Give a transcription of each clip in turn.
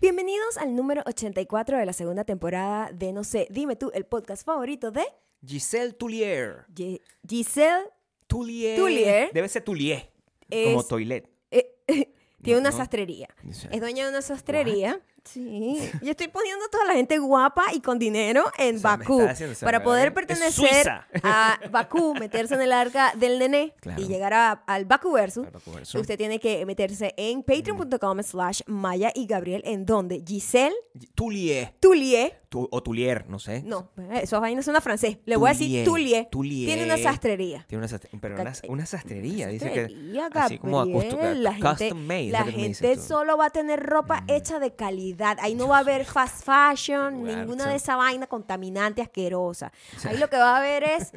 Bienvenidos al número 84 de la segunda temporada de No sé, dime tú, el podcast favorito de Giselle Tullier. Ye- Giselle. Tullier. Tullier. Debe ser Tullier. Es- Como toilet. eh, tiene No, una no. sastrería. O sea, Es dueña de una sastrería. Sí. Yo estoy poniendo a toda la gente guapa y con dinero en O sea, me Bakú está haciendo esa para poder verdadera- es pertenecer Suiza. a Bakú, meterse en el arca del nené Claro. y llegar a- al Bakú Versus. Al Bakú Versus. Mm. Usted tiene que meterse en patreon.com slash Maya y Gabriel en donde Giselle Tullier. Tullier Tu- o Tullier, no sé. No, eh, esas vainas son a francés. Le voy a decir Tulie. Tullier, Tullier. Tiene una sastrería. Tiene una, sastre- pero una, Cacha- una sastrería, dice que Sastrería, así como Gabriel. acostum- la gente, custom made, es la lo que me dices gente tú. Mm. solo va a tener ropa hecha de calidad. Ahí no va a haber fast fashion, Claro, ninguna o sea, de esa vaina contaminante asquerosa. Ahí lo que va a haber es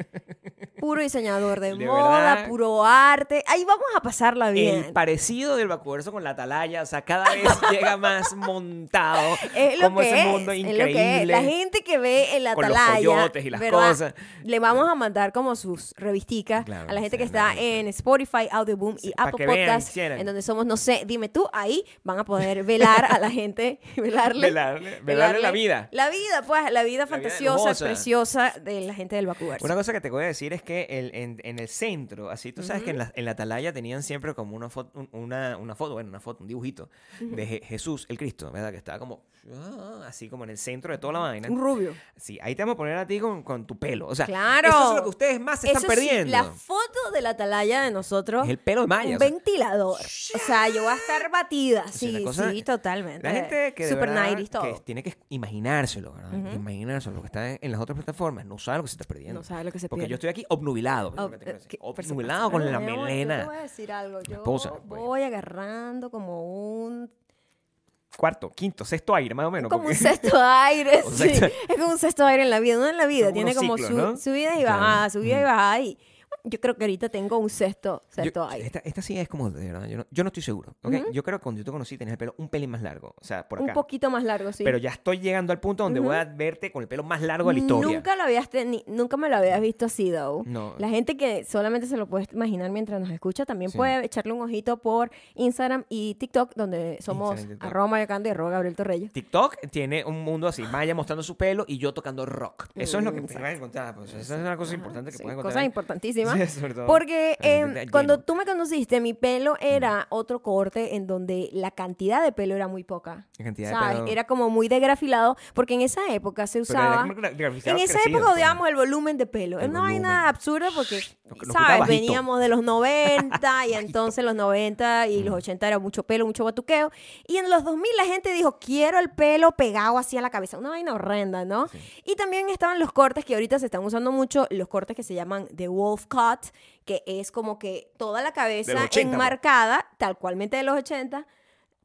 puro diseñador de, De moda, verdad. puro arte. Ahí vamos a pasarla bien. El parecido del vacuverso con la atalaya, o sea, cada vez llega más montado. es lo como que ese es, mundo es lo increíble. que es. La gente que ve en la Con los atalaya, coyotes y las ¿verdad? cosas. le vamos a mandar como sus revisticas Claro, a la gente sí, que está claro, sí. en Spotify, Audioboom y pa' Apple que vean, Podcast, hicieran. en donde somos no sé, dime tú, ahí van a poder velar a la gente, velarle, Velarle- velarle la vida. La vida, pues, la vida fantasiosa, hermosa. preciosa de la gente del Vancouver. Una cosa que te voy a decir es que el- en, en el centro, así tú sabes que en la, en la atalaya tenían siempre como una foto, una, una foto, bueno, una foto, un dibujito de Je- Jesús, el Cristo, ¿verdad? Que estaba como ah, así como en el centro de toda la vaina. Un rubio. Sí, ahí te vamos a poner a ti con, con tu pelo. O sea, Claro. eso es lo que ustedes más se están Eso sí, perdiendo. la foto de la atalaya de nosotros. Es el pelo de Maya. un o sea, ventilador. O sea, yo voy a estar batida. sea, Sí, la cosa- sí, totalmente. la gente que de Super verdad 90s todo. que tiene que imaginárselo, ¿verdad? Imaginárselo. Lo que está en, en las otras plataformas no sabe lo que se está perdiendo. No sabe lo que se Porque pierde. yo estoy aquí obnubilado. por Oh, ejemplo, tengo eh, así, que- por obnubilado supuesto. Pero, con la mi amor, Yo te melena. voy a decir algo. Yo esposa, pues. voy agarrando como un, Cuarto, quinto, sexto aire, más o menos. como un porque- sexto aire. Un sí. sexto- Es como un sexto aire en la vida. Uno en la vida Son tiene unos como ciclos, su, ¿no? subida y Claro. bajada, subida y bajada. Y yo creo que ahorita tengo un sexto, Yo- este sexto aire. esta, esta sí es como de verdad. Yo no, yo no estoy seguro. ¿ok? Yo creo que cuando yo te conocí tenías el pelo un pelín más largo. O sea, por Un acá. poquito más largo, sí. Pero ya estoy llegando al punto donde voy a verte con el pelo más largo de la historia. Nunca lo habías teni- nunca me lo habías visto así, though. No. La gente que solamente se lo puede imaginar mientras nos escucha también Sí. puede echarle un ojito por Instagram y TikTok, donde somos Instagram y TikTok. arroba mayocando y arroba Gabriel Torreyes. TikTok tiene un mundo así, Maya mostrando su pelo y yo tocando rock. Eso es lo que Mm, te van a encontrar. pues, esa es una cosa importante que Sí, pueden Cosa encontrar. importantísima. Sí, sobre todo. Porque La eh, gente está cuando lleno. Mm. tú me conociste, mi pelo era otro corte en donde la cantidad de pelo era muy poca. La cantidad de ¿Sabes? pelo- Era como muy desgrafilado, porque en esa época se Pero era usaba... como que la- la En graficidad esa crecido, época pues. odiábamos el volumen de pelo. El Era una volumen. vaina absurda porque, Nos- nos gustaba ¿sabes? bajito. Veníamos de los 90 y entonces los 90 y Mm. los 80 era mucho pelo, mucho batuqueo. Y en los 2000 la gente dijo, quiero el pelo pegado así a la cabeza. Una vaina horrenda, ¿no? Y también estaban los cortes que ahorita se están usando mucho, los cortes que se llaman The Wolf Cut, que es como que toda la De cabeza los 80, pues. enmarcada, tal cualmente de los 80,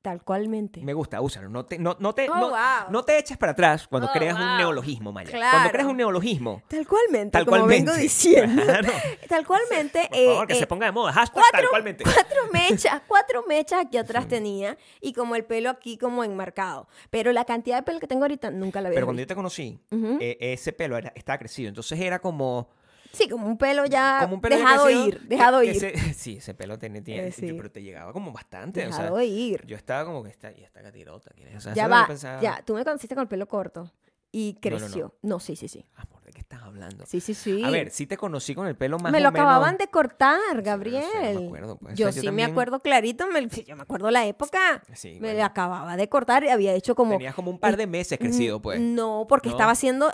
tal cualmente. Me gusta, úsalo. No te, no, no te, Oh, no, wow. no te eches para atrás cuando Oh, creas un wow. neologismo, Maya. Claro. Cuando creas un neologismo. Tal cualmente, Tal como cualmente. vengo diciendo. Claro. Tal cualmente. Por eh, favor, que eh, se ponga de moda. Hashtag cuatro, tal cualmente. cuatro mechas, cuatro mechas aquí atrás tenía y como el pelo aquí como enmarcado. Pero la cantidad de pelo que tengo ahorita nunca la había Pero cuando yo visto. te conocí, Ujú. eh, ese pelo era- estaba crecido. Entonces era como, Sí, como un pelo ya como un pelo ya dejado crecido ir, que- dejado que ir. ese- sí, ese pelo tenía, tenía- Eh, sí. pero te llegaba como bastante. o sea, Dejado ir. Yo estaba como que está, y esta catirota. ¿quién es? O sea, ya eso es lo que va, pensaba. ya, tú me conociste con el pelo corto y No, no, no. creció. No, sí, sí, sí. Amor, ¿de qué estás hablando? Sí, sí, sí. A ver, sí te conocí con el pelo más me lo o menos- acababan de cortar, no sé, Gabriel. no me acuerdo, pues, yo o sea, yo sí me también- acuerdo clarito, me, yo me acuerdo la época. Sí, me bueno. lo acababa de cortar y había hecho como Tenías como un par de meses crecido, pues. No, porque No. estaba haciendo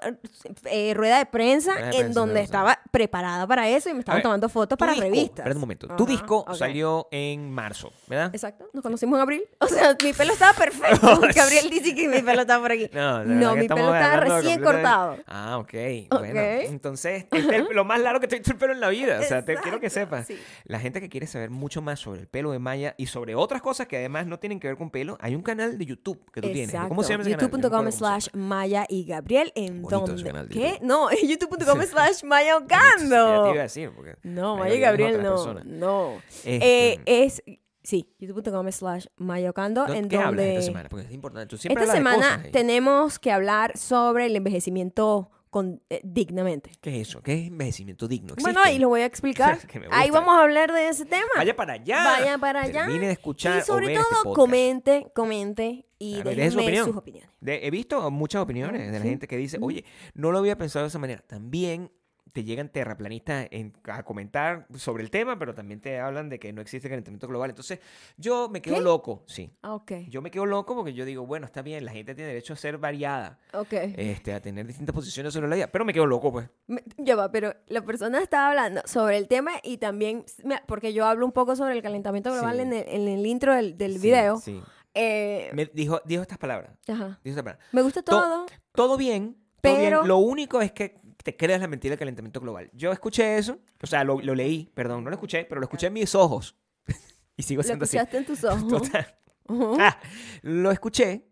eh, rueda de prensa Rueda de en prensa, donde rueda de estaba preparada para eso y me estaban ver, tomando fotos Tu para disco, revistas. Espera un momento. Ajá, tu disco ok. salió en marzo, ¿verdad? Exacto, nos conocimos en abril. O sea, mi pelo estaba perfecto. Gabriel dice que mi pelo está por aquí. la verdad que mi estamos pelo estaba hablando recién completamente- cortado. Ah, ok. Bueno, Ok. entonces, este es el- lo más largo que te he visto el pelo en la vida. O sea, te quiero que Exacto, sepas. sí. La gente que quiere saber mucho más sobre el pelo de Maya y sobre otras cosas que además no tienen que ver con pelo, hay un canal de YouTube que tú tienes. ¿Cómo se llama ese canal? Yo no me acuerdo YouTube.com cómo se llama. slash Maya y Gabriel en Bonito ese donde. canal de ¿Qué? YouTube. No, es YouTube.com slash Maya Sí, ya te Ocando. iba a decir, porque No, ahí Maya y lo vimos Gabriel otras no. personas. No. Este, Eh, es. Sí, youtube.com slash mayocando. ¿dó- en ¿Qué hablas donde esta semana? Porque es importante. Tú siempre Esta hablas de semana cosas ahí. tenemos que hablar sobre el envejecimiento con, eh, dignamente. ¿Qué es eso? ¿Qué es envejecimiento digno? Bueno, ¿Existe? ahí lo voy a explicar. Que me ahí gusta. vamos a hablar de ese tema. Vaya para allá. Vaya para allá. Termine de escuchar y sobre o ver todo, este podcast. comente, comente y Claro, y deje su déjenme opinión. sus opiniones. De- he visto muchas opiniones de la sí. gente que dice, oye, no lo había pensado de esa manera. También te llegan terraplanistas en- a comentar sobre el tema, pero también te hablan de que no existe calentamiento global. Entonces, yo me quedo ¿Qué? loco, sí. Ah, ok. Yo me quedo loco porque yo digo, bueno, está bien, la gente tiene derecho a ser variada, Ok. este, a tener distintas posiciones sobre la vida, pero me quedo loco, pues. Me- Ya va, pero la persona estaba hablando sobre el tema y también, me- porque yo hablo un poco sobre el calentamiento global Sí. en, el, en el intro del, del Sí, video. sí. Eh, Me dijo, dijo estas palabras. ajá. Dijo estas palabras. Me gusta To- todo. Todo bien, todo Pero- bien. Lo único es que te creas la mentira del calentamiento global. Yo escuché eso, o sea, lo, lo leí, perdón, no lo escuché, pero lo escuché en mis ojos. y sigo Lo siendo así. escuchaste en tus ojos. Uh. Total. Ujú. Ah, lo escuché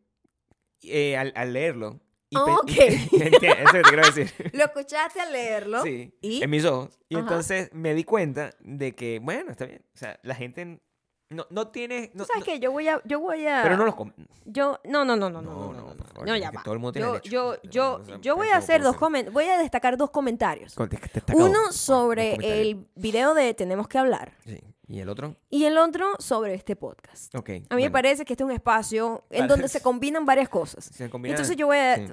eh, al, al leerlo. Y Ah, pe- ok. Entiendo, eso que te quiero decir. Lo escuchaste al leerlo. Sí, ¿Y? en mis ojos. Y Ajá. entonces me di cuenta de que, bueno, está bien. O sea, la gente no, no tiene... Tú no- sabes no- que yo voy a, yo voy a. Pero no los... com- Yo, no, no, no, no, No, no, no, no, no, por no, favor, no, que- ya que va. todo el mundo tiene yo, derecho. yo, No, yo, no, no, yo voy a tampoco hacer puede dos ser. comentarios, voy a destacar dos comentarios. Con- te- te acabo. Uno Con- sobre con comentario. el video de Tenemos que hablar Sí. ¿Y el otro? y el otro sobre este podcast. Ok. A mí me bueno. parece que este es un espacio en Vale. donde se combinan varias cosas. Se combina- Entonces yo voy a... sí.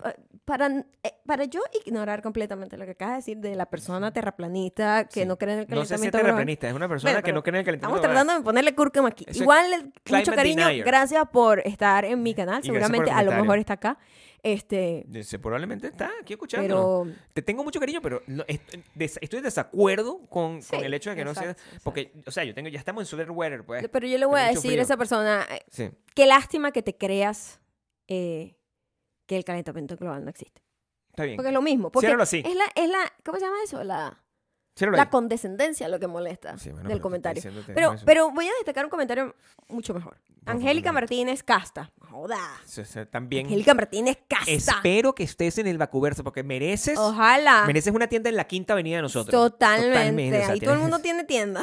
Para, eh, para yo ignorar completamente lo que acabas de decir de la persona terraplanista que Sí. no cree en el No sé si es calentamiento global. terraplanista, es una persona Bueno, que pero no cree en el calentamiento Estamos global. tratando de ponerle cúrcuma aquí. Eso es Igual, el- mucho climate cariño. denier. Gracias por estar en mi canal. Y gracias por el Seguramente a lo comentario. mejor está acá. Este, Dice, Probablemente está aquí escuchando. pero Te tengo mucho cariño, pero no- est- des- estoy en desacuerdo con, Sí, con el hecho de que no exacto, sea. Porque, o sea, yo tengo, ya estamos en Solar Weather, pues. pero yo le voy Tengo a mucho decir frío. a esa persona, eh, Sí. qué lástima que te creas eh, que el calentamiento global no existe. Está bien. Porque es lo mismo. Porque Ciérralo así. es la, es la, ¿cómo se llama eso? La, Ciérralo la ahí. condescendencia lo que molesta Sí, bueno, pero te del estoy comentario. diciendo, te- Pero, no, eso- pero voy a destacar un comentario mucho mejor. favor, Angélica adelante. Martínez Casta. Joda. eso- eso También. Angélica Martínez Casta. Espero que estés en el Vacuverso, porque mereces. Ojalá. Mereces una tienda en la quinta avenida de nosotros. Totalmente. o sea, Ahí todo el tienes- mundo tiene tienda.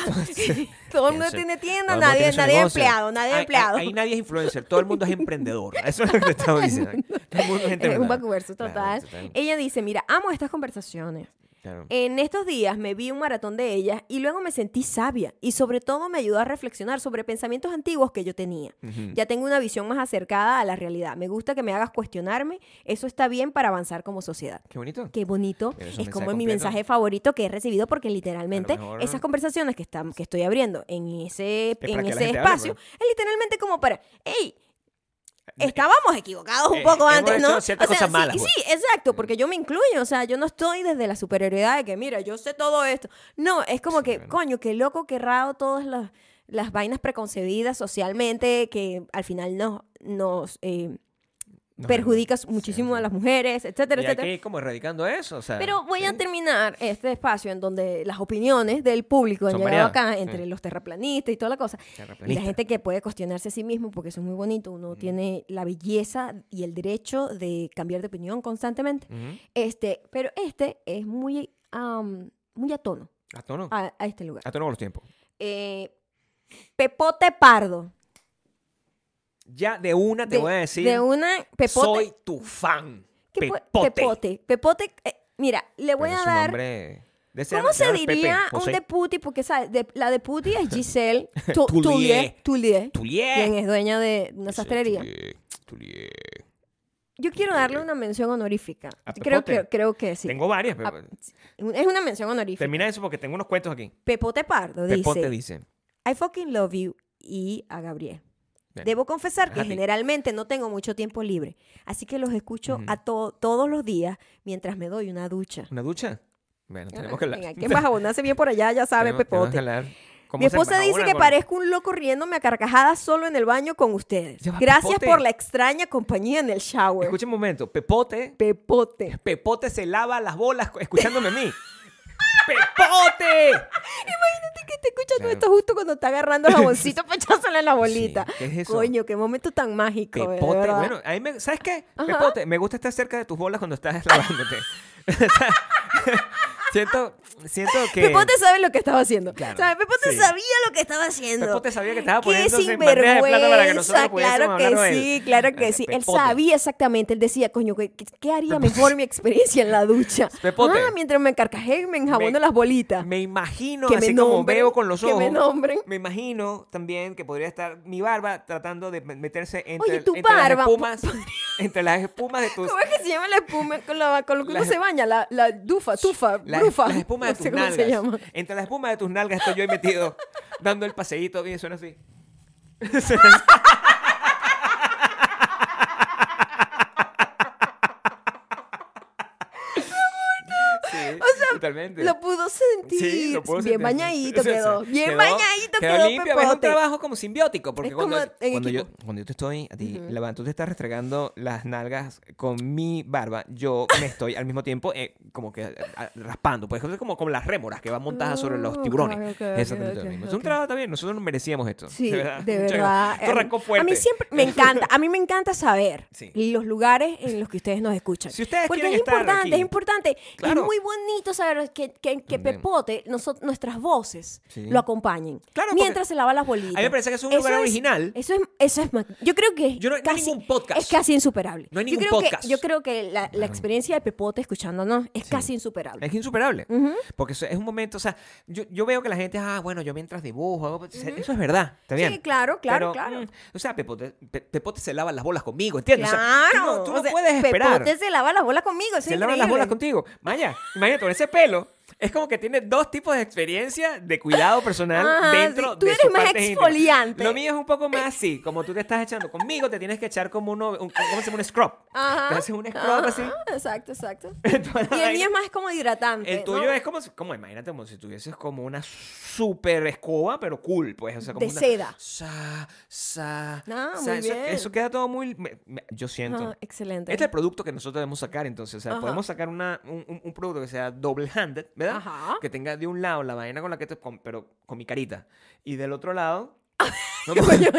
todo el mundo Eso. tiene Todo tienda, el mundo nadie, tiene su nadie es negocio. empleado, nadie es Ahí- empleado. Ahí, ahí nadie es influencer, todo el mundo es emprendedor. Eso es lo que te estaba diciendo. Todo Es el mundo es un emprendedor. vacuverso Claro, total. Eh, total, Ella dice, mira, amo estas conversaciones. claro. En estos días me vi un maratón de ellas y luego me sentí sabia y sobre todo me ayudó a reflexionar sobre pensamientos antiguos que yo tenía. Ujú. Ya tengo una visión más acercada a la realidad. Me gusta que me hagas cuestionarme. Eso está bien para avanzar como sociedad. Qué bonito. Qué bonito. Pero es un Es como mensaje mi completo. mensaje favorito que he recibido porque literalmente mejor- esas conversaciones que, están, que estoy abriendo en ese, para en que la ese gente hable, espacio pues. es literalmente como para, hey, estábamos equivocados un eh, poco hemos antes, hecho ¿no? ciertas cosas sí, malas, pues. Mm. sí, exacto, porque yo me incluyo, o sea, yo no estoy desde la superioridad de que, mira, yo sé todo esto. No, es como Sí, que, bueno. coño, qué loco, qué raro todas las, las vainas preconcebidas socialmente que al final nos... nos eh, No, perjudicas sí, muchísimo sí. a las mujeres, etcétera, Y hay etcétera. que ir como erradicando eso. O sea, Pero voy a sí. terminar este espacio en donde las opiniones del público han Son llegado variadas, acá, entre sí. los terraplanistas y toda la cosa. Y la Terraplanista. gente que puede cuestionarse a sí mismo, porque eso es muy bonito, uno tiene la belleza y el derecho de cambiar de opinión constantemente. Ujú. Este, pero este es muy, am, muy a tono A tono. a, a este lugar. A tono con los tiempos. Eh, Pepote Pardo. Ya de una te De- voy a decir. De una Pepote. Soy tu fan. ¿Qué fue? Pepote. Pepote. Pepote, eh, mira, le voy Pero a su dar... nombre- de ese ¿Cómo se llama Pepe, diría un José deputy? Porque, ¿sabes? De- la deputy es Giselle Tu- Tullier. Tullier. Tullier. Tullier. Quien es dueña de una José sastrería. Tullier, Tullier. Yo quiero darle una mención honorífica. ¿A Creo Pepote? que, creo que sí. Tengo varias. pero- Ah, Es una mención honorífica. Termina eso porque tengo unos cuentos aquí. Pepote Pardo dice, Pepote dice. I fucking love you y a Gabriel. Bien. Debo confesar que Ajá, sí. generalmente no tengo mucho tiempo libre, así que los escucho Ujú. a to- todos los días mientras me doy una ducha. ¿Una ducha? Bueno, tenemos que hablar. Venga, ¿quién bajabonace bien por allá? Ya sabe, Tenemos- tenemos que Pepote. hablar. ¿Cómo Mi se esposa dice embajadora que con- parezco un loco riéndome a carcajadas solo en el baño con ustedes. Ya va, Gracias Pepote. por la extraña compañía en el shower. Escucha un momento. Pepote. Pepote. Pepote se lava las bolas cu- escuchándome a mí. ¡Pepote! Imagínate que te escuchas Claro. esto justo cuando está agarrando el jaboncito para echárselo en la bolita. Sí, ¿qué es eso? Coño, qué momento tan mágico. de Pepote, verdad. bueno, a mí me, ¿sabes qué? Ajá. Pepote, me gusta estar cerca de tus bolas cuando estás lavándote. O sea, siento, siento que... Pepote sabe lo que estaba haciendo. Claro, o sea, Pepote sí. sabía lo que estaba haciendo. Pepote sabía que estaba Qué poniéndose en bandeja de plata para que nosotros sinvergüenza, claro pudiésemos que hablar de él. sí, claro que Eh, sí. Él Pepote. sabía exactamente, él decía, coño, ¿qué, qué- qué haría mejor mi experiencia en la ducha? Pepote. Ah, mientras me encarcajé y me enjabono Me- las bolitas. Me imagino, Que me así como nombren, veo con los que ojos. me nombren. me imagino también que podría estar mi barba tratando de me- meterse entre, Oye, tu entre barba, las espumas. entre las espumas de tus. ¿Cómo es que se llama la espuma con, la, con lo que uno Las- se baña? La, la dufa, tufa, las- brufa. las espumas no de sé tus cómo nalgas. se llama. Entre las espumas de tus nalgas estoy yo ahí metido, dando el paseíto. Y suena así. Sí, totalmente. Lo pudo sentir. Sí, lo puedo bien sentir. bañadito Sí, sí, quedó. sí. Bien bañadito quedó, limpio, Pepote. Es un trabajo como simbiótico, porque Es cuando, como en cuando, yo, equipo. cuando yo te estoy a ti, la- tú te estás restregando las nalgas con mi barba, yo me estoy al mismo tiempo eh, como que a- raspando, pues es como, como las rémoras que van montadas sobre los Oh, tiburones. ok, ok, Exactamente ok, lo mismo. ok, Es un ok. trabajo también, nosotros nos merecíamos esto. Sí, de verdad. eh, Em, Muchas gracias. Esto A mí- arrancó fuerte. A mí siempre me encanta, a mí me encanta saber Sí. los lugares en los que ustedes nos escuchan. Si ustedes Porque quieren es estar importante, aquí. es importante. Claro. Es muy bonito saber que, que, que Bien. Pepote, nosot- nuestras voces Sí. lo acompañen. Claro, porque- mientras se lava las bolitas. A mí me parece que es un Eso lugar original. Eso es, eso es, mag- yo creo que es Yo no- no hay casi, ningún podcast. es casi insuperable. No hay yo ningún creo que- podcast. yo creo que la, la experiencia de Pepote escuchándonos es casi insuperable. Es insuperable. Porque eso es un momento, o sea, yo, yo veo que la gente, ah, bueno, yo mientras dibujo, hago- o sea, eso es verdad, está Sí, bien. claro, claro, Pero, claro. mm, o sea, Pepote, Pe- Pepote se lava las bolas conmigo, ¿entiendes? O sea, tú Claro. no, tú o no sea, puedes esperar. Pepote se lava las bolas conmigo. eso se es lava las bolas increíble. contigo. Maya, imagínate, con ese pelo, es como que tiene dos tipos de experiencia de cuidado personal Ajá, dentro sí. Tú de eres su más parte íntima. exfoliante. Lo mío es un poco más así, como tú te estás echando conmigo, te tienes que echar como uno, un, ¿cómo se llama? Un scrub. Ajá. Te haces un scrub Ajá, así. Exacto, exacto. Toda la Y el vaina. mío es más como hidratante. El tuyo ¿no? es como, si- como, imagínate, como si tuvieses como una super escoba, pero cool, pues. O sea, como De una- seda. Sa, sa, Ah, sa. muy eso, bien. eso queda todo muy. me- me- yo siento. Ajá, excelente. Este es el producto que nosotros debemos sacar, entonces. O sea, Ajá. podemos sacar una, un, un- un producto que sea double-handed, ¿verdad? Ajá. Que tenga de un lado la vaina con la que te. con- pero con mi carita. Y del otro lado. como, Coño,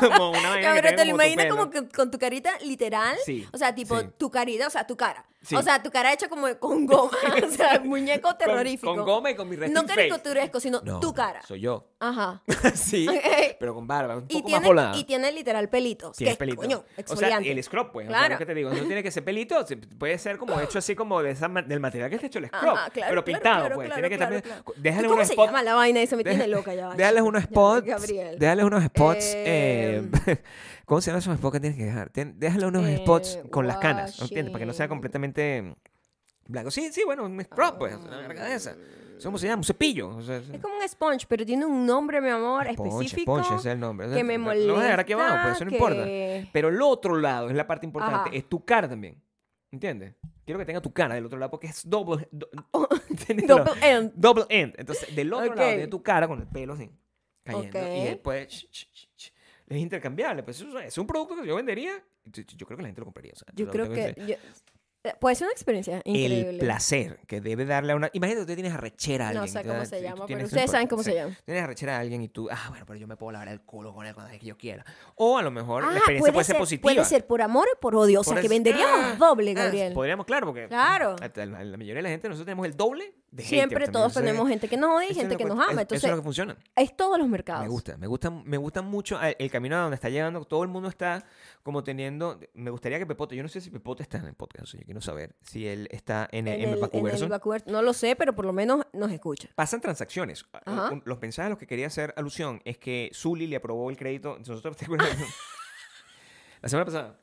como una vaina. ya, que pero te lo tenga como tu imaginas pelo. como que con tu carita literal. Sí, O sea, tipo sí. tu carita, o sea, tu cara. Sí. O sea, tu cara hecha como con goma. o sea, muñeco terrorífico. Con, con goma y con mi resting No face. caricaturesco, sino No, tu cara. Soy yo. Ajá. sí, Ok. pero con barba, un Y poco más tiene, volada. y tiene literal pelitos. que Tienes es, pelito. Coño, o sea, exfoliante. el scrub, pues. Claro. Claro. que te digo, no tiene que ser pelito, se- puede ser como hecho así como de esa ma- del material que está hecho el Ajá, scrub, claro, pero claro, pintado, claro, pues. claro, tiene que claro, también claro. cu- déjale ¿Cómo unos se spots. llama la vaina esa? Me deja- tiene loca ya. va. Déjales unos Ya, spots. Gabriel. Déjales unos spots. Eh, eh, ¿Cómo se llaman esos spots que tienes que dejar? Tien- Déjale unos Eh, spots con las canas, ¿no entiendes? Para que no sea washing. completamente blanco. Sí, sí, bueno, un scrub, pues. Una verga de esa. ¿Cómo se llama? Un cepillo. o sea, Es como un sponge, pero tiene un nombre, mi amor, Ponche, específico. ponche, Mm. ese es el nombre. que me Lo voy a dejar aquí abajo, pero eso no importa. que- Pero el otro lado es la parte Ajá. importante, es tu cara también. ¿Entiendes? Quiero que tenga tu cara del otro lado porque es doble. do- ¿entiendes? No, Oh. Double end. double end. Entonces, del otro lado Ok. tiene tu cara con el pelo así, cayendo. Ok. Y después sh- sh- sh- sh, es intercambiable. Pues eso es- es un producto que yo vendería. Yo- Yo creo que la gente lo compraría. o sea, Yo lo creo tengo que... decir. yo- eh, Puede ser una experiencia increíble. El placer que debe darle a una. Imagínate que tú tienes arrechera a No alguien. sé tú- cómo se tú llama, pero tienes- no ustedes importa, saben cómo se llama. Tienes arrechera a alguien y tú, ah, bueno, pero yo me puedo lavar el culo con él cuando que yo quiera. O a lo mejor Ah, la experiencia puede, ser, positiva. Puede ser por amor o por odio. O sea, Por que eso- venderíamos Ah, doble, ah, Gabriel. podríamos, claro, porque Claro. hasta La, la mayoría de la gente, nosotros tenemos el doble de Siempre haters también, todos entonces, tenemos gente que nos odia y eso es gente lo que nos es- ama. Eso Entonces, es lo que funciona. es todos los mercados. Me gusta, me gusta, me gusta mucho el, el camino a donde está llegando. Todo el mundo está como teniendo. Me gustaría que Pepote, yo no sé si Pepote está en el podcast, o sea, yo quiero saber si él está en el, en el Pacuverso. Vancouver, No lo sé, pero por lo menos nos escucha. Pasan transacciones. Ah, Ajá. Un- Los mensajes a los que quería hacer alusión es que Zully le aprobó el crédito. Nosotros, ¿te acuerdas? La semana pasada.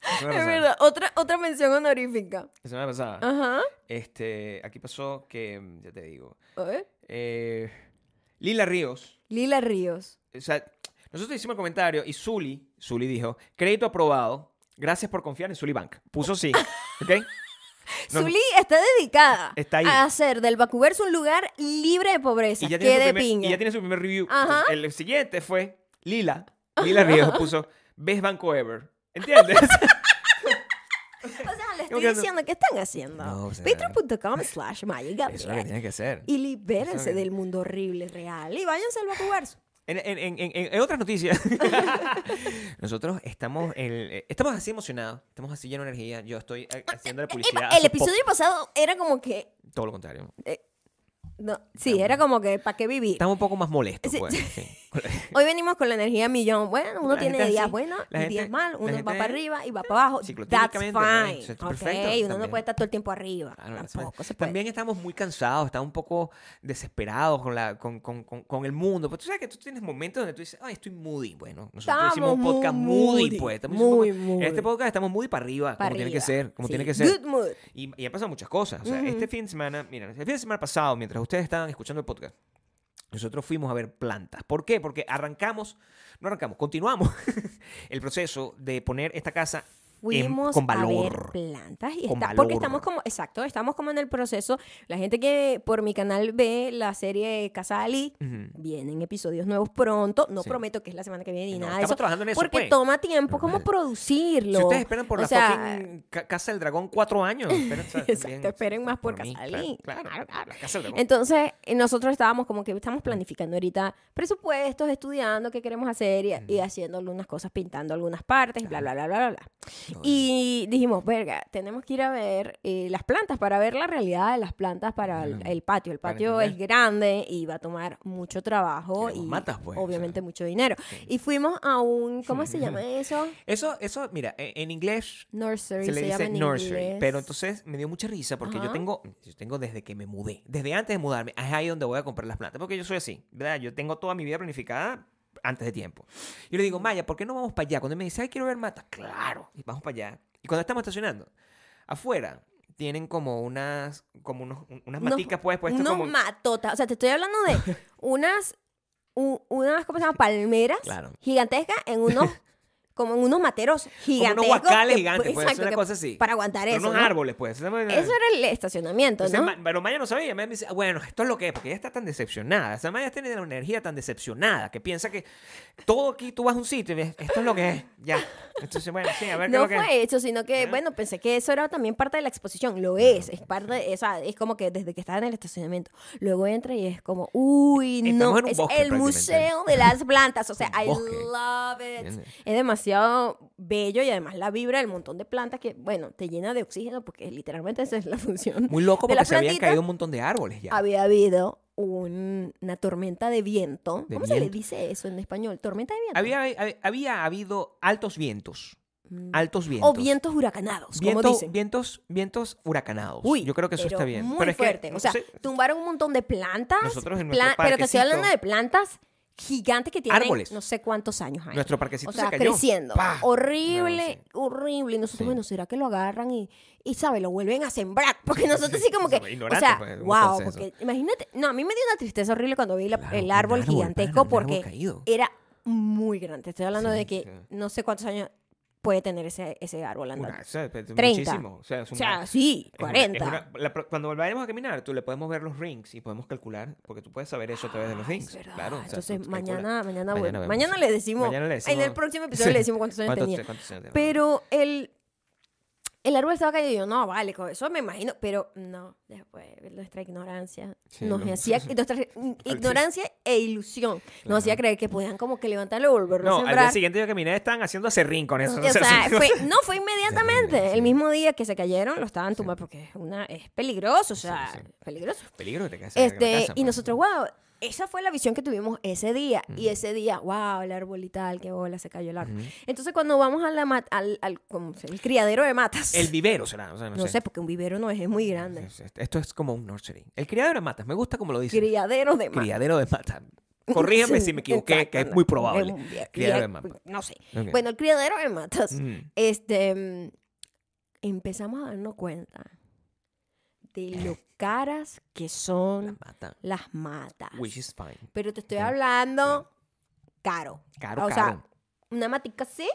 Es Es verdad. Otra, otra mención honorífica. La semana pasada. Ajá. Este, aquí pasó que, mm, ya te digo, A ver. eh, Lila Ríos, Lila Ríos. o sea, nosotros hicimos el comentario y Zully, Zully dijo, crédito aprobado, gracias por confiar en Zully Bank. Puso sí, ¿ok? No, Zulí está dedicada Está ahí. a hacer del Vancouver un lugar libre de pobreza. y ya, que tiene su de primer, y pinga. ya tiene su primer review. Ajá. Entonces, el siguiente fue Lila, Lila Ríos puso, best banco ever, ¿entiendes? O sea, le Como estoy que no- diciendo, ¿qué están haciendo? No, o sea, Patreon.com slash Maya y Eso es lo que Gabriel. tiene que ser. Y libérense que- del mundo horrible real y váyanse al Vancouver. En, en- en- en- en- en otras noticias, nosotros estamos, el- estamos así emocionados, estamos así llenos de energía. Yo estoy eh, haciendo la publicidad. a El su pop- episodio pasado era como que. todo lo contrario. No, sí, era como que, ¿para qué vivir? Estamos un poco más molestos. Sí. pues, sí. Hoy venimos con la energía millón. Bueno, uno La tiene gente días así, buenos la y gente- días mal. la Uno va gente- para arriba y va para abajo. That's Ciclotéricamente, ¿no? fine. Eso está ok, uno perfecto, no también. puede estar todo el tiempo arriba. Claro, tampoco se puede. También estamos muy cansados, estamos un poco desesperados con, la, con, con- con- con el mundo. Pues tú sabes que tú tienes momentos donde tú dices, ay, estoy moody. Bueno, nosotros Estamos hicimos un muy podcast moody, moody, pues. Estamos haciendo un muy poco- moody. En este podcast estamos moody para arriba, Para como tiene que arriba. ser. Como Sí. tiene que ser. Good Mm-hmm. mood. Y, y han pasado muchas cosas. O sea, Ujú. este fin de semana, mira, el fin de semana pasado, mientras ustedes estaban escuchando el podcast, nosotros fuimos a ver plantas. ¿Por qué? Porque arrancamos, no arrancamos, continuamos el proceso de poner esta casa en- Fuimos em, con a ver valor. plantas y Con está, porque valor. estamos como, exacto, estamos como en el proceso. La gente que por mi canal ve la serie Casa Ali, Ujú. vienen episodios nuevos pronto. No Sí. prometo que es la semana que viene ni No, nada de estamos eso. trabajando en eso, porque pues. toma tiempo como Normal. producirlo. Si ustedes esperan por O la sea, fucking ca- Casa del Dragón cuatro años, esperen, o sea, Exacto, también, esperen más por mí, Casa claro, Alí. Claro, Claro, claro. la Casa del Dragón. Entonces, eh, nosotros estábamos como que estamos planificando ahorita presupuestos, estudiando qué queremos hacer y, Mm. y haciendo algunas cosas, pintando algunas partes, bla, bla, bla, bla, bla, bla. Todo Y dijimos, verga, tenemos que ir a ver eh, las plantas para ver la realidad de las plantas para el, Claro. el patio. El Para patio es entender. grande y va a tomar mucho trabajo y Queremos matas, pues, o sea. obviamente mucho dinero. Y fuimos a un, ¿cómo se llama eso? eso, eso, mira, e- en inglés Nursery. se le llama dice en nursery, inglés. pero entonces me dio mucha risa porque Ajá. yo tengo, yo tengo desde que me mudé, desde antes de mudarme, es ahí donde voy a comprar las plantas, porque yo soy así, ¿verdad? Yo tengo toda mi vida planificada antes de tiempo. Yo le digo, Maya, ¿por qué no vamos para allá? Cuando me dice, ay, quiero ver matas, claro, y vamos para allá. Y cuando estamos estacionando, afuera tienen como unas, como unos, unas Unos- maticas pues puestas unos como... matotas. O sea, te estoy hablando de unas, u- unas ¿cómo se llama? Palmeras Claro. gigantescas en unos, como en unos materos unos gigantescos. guacales que- gigantes, pues, exacto, una que- cosa así. Para aguantar pero eso. unos ¿no? árboles, pues. Eso Eso era el estacionamiento, Entonces, ¿no? Ma- pero Maya no sabía. Maya me dice, "Ah, bueno, esto es lo que es, porque ella está tan decepcionada. O sea, Maya tiene una energía tan decepcionada que piensa que todo aquí tú vas a un sitio y ves, esto es lo que es, ya. Entonces, bueno, sí, a ver qué es No lo que ¿Eh? es. fue eso, sino que, bueno, pensé que eso era también parte de la exposición. Lo es, es parte, de- o sea, es como que desde que estaba en el estacionamiento, luego entra y es como, uy, Estamos no, en un es bosque, el prácticamente. museo de las plantas, o sea, Un I bosque. love it. ¿Entiendes? Es demasiado bello y además la vibra del montón de plantas que, bueno, te llena de oxígeno porque literalmente esa es la función. Muy loco de la porque se habían plantita. caído un montón de árboles ya. Había habido un- una tormenta de viento. De ¿Cómo se le viento. dice eso en español? Tormenta de viento. Había, hab- había habido altos vientos. Mm. Altos vientos. o vientos huracanados, como Viento- dicen. vientos, vientos huracanados. Uy, Yo creo que eso pero está bien. Muy pero es que, fuerte. no o sea, sé, tumbaron un montón de plantas. Nosotros en nuestro pero te estoy parquecito- hablando de plantas gigantes que tienen Árboles. no sé cuántos años hay. nuestro parquecito o sea, se cayó. creciendo. ¡Pah! Horrible, No, sí. horrible. Y nosotros, Sí. bueno, ¿será que lo agarran y, y sabe, lo vuelven a sembrar? Porque nosotros sí como que, o Ignorantes, sea, pues, ¿cómo wow, se hace porque imagínate, no, a mí me dio una tristeza horrible cuando vi la- Claro, el un árbol, árbol, gigantesco pana, un árbol porque caído. era muy grande. Estoy hablando Sí, de que sí. no sé cuántos años puede tener ese, ese árbol andando. Una- o sea, es 30. muchísimo. O sea, es o una- sea, sí, Es una- es 40. una- la pro- cuando volvamos a caminar, tú le podemos ver los rings y podemos calcular, porque tú puedes saber eso a través de los Ay, Ah, rings. es verdad. Claro. o sea, Entonces, tú calculas. mañana, mañana, Mañana bueno, vemos. mañana le decimos. Mañana le En el decimos- próximo episodio le decimos cuántos años ¿Cuántos- tenía. cuántos años tenía? Pero el, el árbol estaba caído y yo, no, vale, con eso me imagino. Pero no, después nuestra ignorancia Sí, nos no. hacía, nuestra ignorancia e ilusión Claro. nos hacía creer que podían como que levantarlo y volverlo a No, al sembrar. día siguiente yo caminé, estaban haciendo ese ring con eso. O sea, fue- no, fue inmediatamente. Terrible, El sí. mismo día que se cayeron, lo estaban tumbando porque es, una, es peligroso, o sea, sí. peligroso. peligro que te caes. Este, pues. y nosotros, wow, esa fue la visión que tuvimos ese día. Y ese día, wow, el árbol y tal, qué bola, se cayó el árbol. Entonces, cuando vamos a la ma- al, al- ¿cómo se- el criadero de matas, El vivero será, o sea, no, no sé. sé, porque un vivero no es, es muy grande. Es- es- Esto es como un nursery. El criadero de matas, me gusta como lo dice. Criadero de matas. Criadero de matas. Corrígeme si me equivoqué, Exacto, que es no, muy es probable. un- ya- Criadero ya- de matas. No sé. Ok. Bueno, el criadero de matas, Mm. este, mm, empezamos a darnos cuenta de lo caras que La son mata. las matas. Which is fine. Pero te estoy hablando caro. Caro, o sea, caro. una matica sí.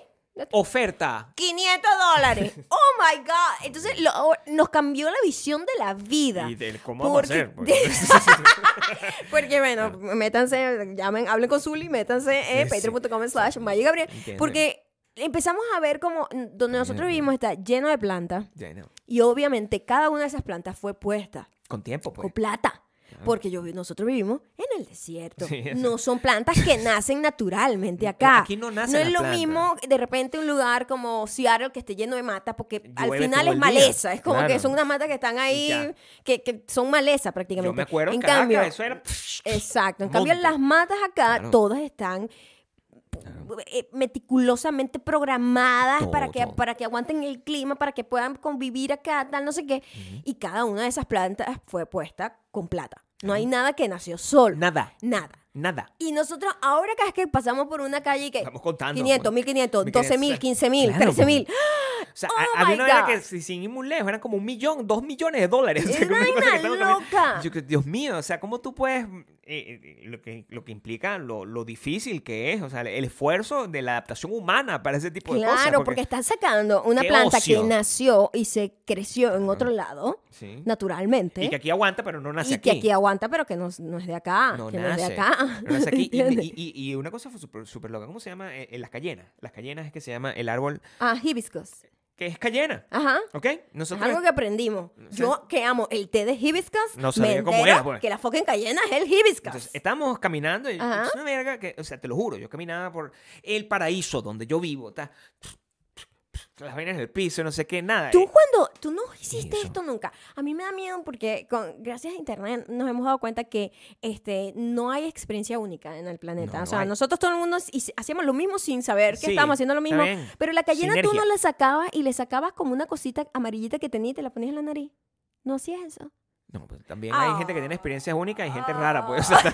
Oferta. 500 dólares. Oh my God. Entonces lo- nos cambió la visión de la vida. Y del cómo pues, vamos a Porque- hacer. porque- Porque bueno, métanse, llamen, hablen con Zully, métanse en Sí, sí. patreon.com slash Maya Gabriel. Entiendo. Porque empezamos a ver como donde nosotros Entiendo. vivimos está lleno de plantas. Ya, no. Y obviamente cada una de esas plantas fue puesta Con tiempo, pues. con plata. Porque yo, vi- nosotros vivimos en el desierto. Sí, eso. no son plantas que nacen naturalmente acá. aquí no nacen No es las lo plantas. mismo de repente un lugar como Seattle que esté lleno de mata, porque al Llueve final todo es el día. maleza. Es como que Claro. son unas matas que están ahí, ya. que, que son maleza prácticamente. Yo me acuerdo en pues. en Caracas, cambio, eso era... Exacto. En cambio, Monte. las matas acá, Claro. todas están eh, meticulosamente programadas Todo, para, que, todo. para que aguanten el clima, para que puedan convivir acá, tal, no sé qué. Y cada una de esas plantas fue puesta con plata. No hay nada que nació solo. Nada, nada. nada. Y nosotros, ahora cada vez que pasamos por una calle y que... Estamos contando. pues. 500, 1500, 12000, 15000, Claro, pues, 13000. O sea, Oh a- my había una era God. que si- sin ir muy lejos eran como un millón, dos millones de dólares. O sea, Es como una cosa que vaina estaba también- loca. Yo que, Dios mío, o sea, ¿cómo tú puedes, eh, eh, lo, que, lo que implica lo, lo difícil que es, o sea, el esfuerzo de la adaptación humana para ese tipo de Claro, cosas? porque... están sacando una pues, Qué planta ocio. que nació y se creció en otro lado, Sí. naturalmente. Y que aquí aguanta, pero no nace y que aquí aguanta, pero que no, no es de acá. no que nace. no es de acá. no nace aquí. Y- ¿Entiendes? Y, y- y una cosa fue súper súper loca. ¿Cómo se llama? Eh, eh, las cayenas. Las cayenas es que se llama el árbol Ah, hibiscus. que es cayena. Ajá. ¿Ok? Es Nosotros. algo que aprendimos. Yo que amo el té de hibiscus, No me sabía entero cómo era, pues. que la fucking cayena es el hibiscus. Entonces, estamos caminando y Ajá. es una verga que, o sea, te lo juro, yo caminaba por el paraíso donde yo vivo, ta, las vainas en el piso, no sé qué, nada. Tú eh, cuando, tú no hiciste eso. esto nunca. A mí me da miedo porque con, gracias a internet nos hemos dado cuenta que este, no hay experiencia única en el planeta. No, o no sea, hay. nosotros todo el mundo hici- hacíamos lo mismo sin saber que Sí, estábamos haciendo lo está mismo. bien. Pero la cayena tú Sinergia. no la sacabas y le sacabas como una cosita amarillita que tenía y te la ponías en la nariz. No hacías eso. No, pues también hay gente que tiene experiencias únicas y gente rara, pues. o sea,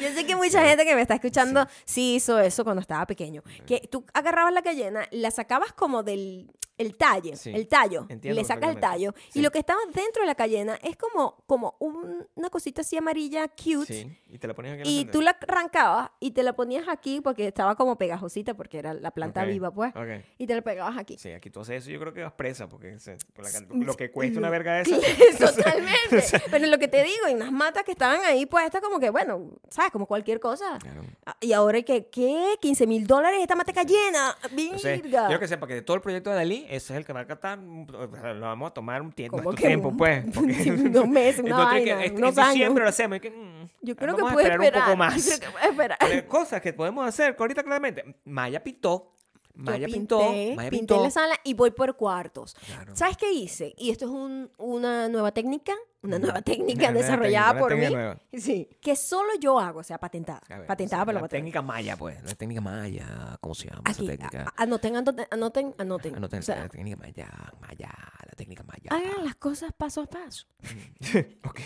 Yo sé que mucha gente que me está escuchando sí hizo eso cuando estaba pequeño. Que tú agarrabas la cayena, la sacabas como del el talle, Sí, el tallo, entiendo le sacas el perfectamente. tallo y Sí. lo que estaba dentro de la cayena es como como un- una cosita así amarilla cute. sí, y te la ponías aquí en la Y frente. tú la arrancabas y te la ponías aquí porque estaba como pegajosita porque era la planta Ok, Ah. viva, pues. ok. Y te la pegabas aquí. Sí, aquí tú haces eso, yo creo que vas presa, porque se- con la can- lo que cuesta una verga de esa. mm, Totalmente. Pero lo que te digo, y unas matas que estaban ahí puestas como que, bueno, ¿sabes? Como cualquier cosa. Claro. Ah, Y ahora que, ¿qué? 15 mil dólares esta mateca llena. Entonces, Virga. yo que sepa que de todo el proyecto de Dalí, ese es el que va a captar, o sea, lo vamos a tomar un tiempo, Como nuestro que tiempo, un- pues. unos meses, una Entonces, que vaina, este- unos En diciembre años. lo hacemos. y que, mm, Yo creo que vamos a puedo esperar esperar. Yo creo un poco más. que puedo esperar. Eh, cosas que podemos hacer que ahorita claramente. Maya pintó. Maya Yo pintó. pinté, Maya pinté pintó. la sala y voy por cuartos. Claro. ¿Sabes qué hice? Y esto es un- una nueva técnica, una nueva técnica Una nueva desarrollada técnica, una por mí. técnica nueva. Sí, que solo yo hago, o sea, patentada. A ver, patentada o sea, por la la patente. técnica maya, pues. La técnica maya. ¿Cómo se llama Aquí, ah, esa técnica? a- a- anoten, anoten, anoten, anoten. Anoten, O sea, Ah, la técnica maya, maya, la técnica maya. hagan las cosas paso a paso. Ok.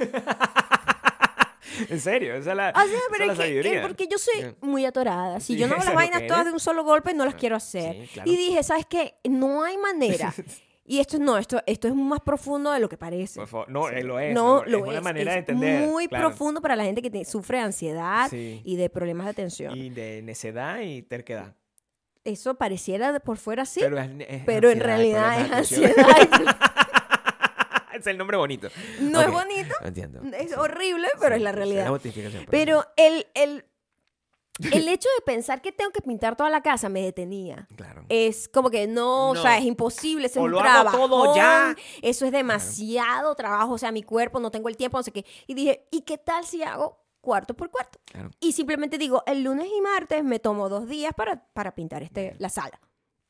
en serio, esa es la, O sea, esa pero la es que- que, sabiduría. porque yo soy Bien. muy atorada. Si Sí, yo no hago eso las es lo vainas que todas de eres. un solo golpe, no las quiero hacer. sí, claro. Y dije, ¿sabes qué? No hay manera. y esto no, esto, esto es más profundo de lo que parece. Por favor, no, eh, lo es. no, no, lo es. una es, manera es de entender. Muy claro. profundo para la gente que te- sufre de ansiedad Sí. y de problemas de atención. Y de necedad y terquedad. Eso pareciera de por fuera así, pero, Pero, es- es en ansiedad, realidad problemas es de atención. ansiedad. es el nombre bonito. no Ok, es bonito, Entiendo. es horrible, pero Sí, es la sí, realidad. la justificación, Pero el, el, el hecho de pensar que tengo que pintar toda la casa me detenía. Claro. Es como que no, o No. sea, es imposible, es O un lo hago trabajo. todo ya. Eso es demasiado trabajo, o sea, mi cuerpo, no tengo el tiempo, no sé qué. Y dije, ¿y qué tal si hago cuarto por cuarto? Claro. Y simplemente digo, el lunes y martes me tomo dos días para, para pintar este, la sala.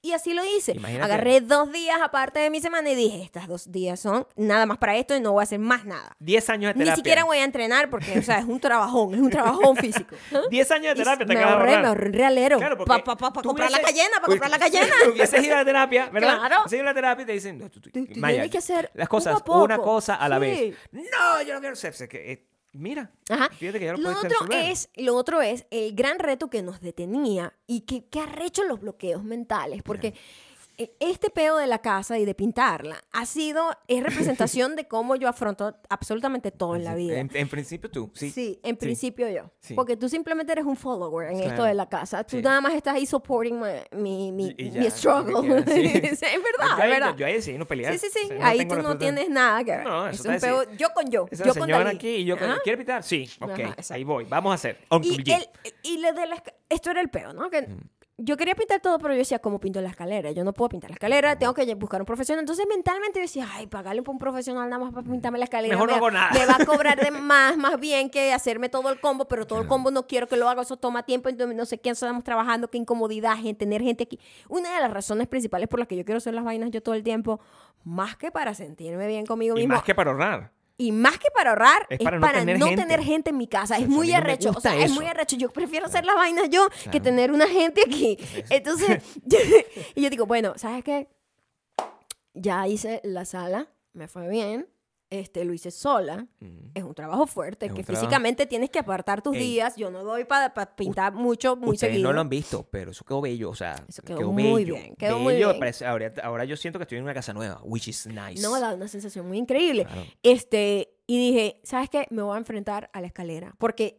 Y así lo hice. Imagínate. Agarré dos días aparte de mi semana y dije, estas dos días son nada más para esto y no voy a hacer más nada. 10 años de Ni terapia. siquiera voy a entrenar porque, o sea, es un trabajón, es un trabajón físico. ¿Ah? 10 años de Y terapia te me acabas de ahorré, ahorrar. me ahorré un realero. Claro, porque para tú comprar la hubieses- cayena, para Uy, comprar la cayena. Hubieses ido a la terapia, ¿verdad? Claro. Hubieses ido a la terapia y te dicen, no, tú, tú, Tú- tú Maya, tienes que hacer las cosas poco a una poco. cosa a la Sí. vez. No, yo no quiero ser. ser que, eh, mira, Ajá. fíjate que ya lo, Lo puedes otro, resolver. es, lo otro es el gran reto que nos detenía y que, que arrecho los bloqueos mentales, porque eh, este peo de la casa y de pintarla ha sido, es representación de cómo yo afronto absolutamente todo en la vida. En, en principio tú, sí. Sí, en principio yo. Sí. Porque tú simplemente eres un follower en esto Claro. de la casa. Tú Sí. nada más estás ahí supporting my- mi, mi, Y mi ya, lo que struggle. quieras, sí. es verdad, yo, ahí- es verdad. Yo ahí decidí no pelear. sí, sí, sí. O sea, no ahí tengo tú no respuesta. tienes nada que ver. No, es eso un está peo yo con yo. Esa yo con señora Dalí. aquí y yo con... Ajá. ¿Quiere pitar? Sí, ok. Ajá, exacto. ahí voy. Vamos a hacer. Y, Uncle G. Mm. el- y lo de la esca- esto era el peo, ¿no? Que yo quería pintar todo, pero yo decía, ¿cómo pinto la escalera? Yo no puedo pintar la escalera, tengo que buscar un profesional. Entonces mentalmente yo decía, ay, pagarle a un profesional nada más para pintarme la escalera. Mejor no me, hago nada. me va a cobrar de más, más bien que hacerme todo el combo, pero todo el combo no quiero que lo haga, eso toma tiempo, entonces no sé quién estamos trabajando, qué incomodidad, gente, tener gente aquí. Una de las razones principales por las que yo quiero hacer las vainas yo todo el tiempo, más que para sentirme bien conmigo Y mismo, más que para ahorrar. y más que para ahorrar, Es es, para para no tener no gente. tener gente en mi casa. Sí, Es sí, muy a mí me arrecho. O sea, gusta es eso. muy arrecho. Yo prefiero hacer las vainas yo que Claro. tener una gente aquí. Entonces, yo- y yo digo, bueno, ¿sabes qué? Ya hice la sala, me fue bien. Este, lo hice sola. Mm. Es un trabajo fuerte, Es un que trabajo. físicamente tienes que apartar tus Ey. días. Yo no doy para pintar mucho, muy Ustedes seguido. no lo han visto, pero eso quedó bello. O sea, Eso quedó muy bello, bien, quedó muy bello, bien. parece- ahora, ahora yo siento que estoy en una casa nueva, which is nice. No, da una sensación muy increíble. Claro. Este, y dije, ¿sabes qué? Me voy a enfrentar a la escalera. Porque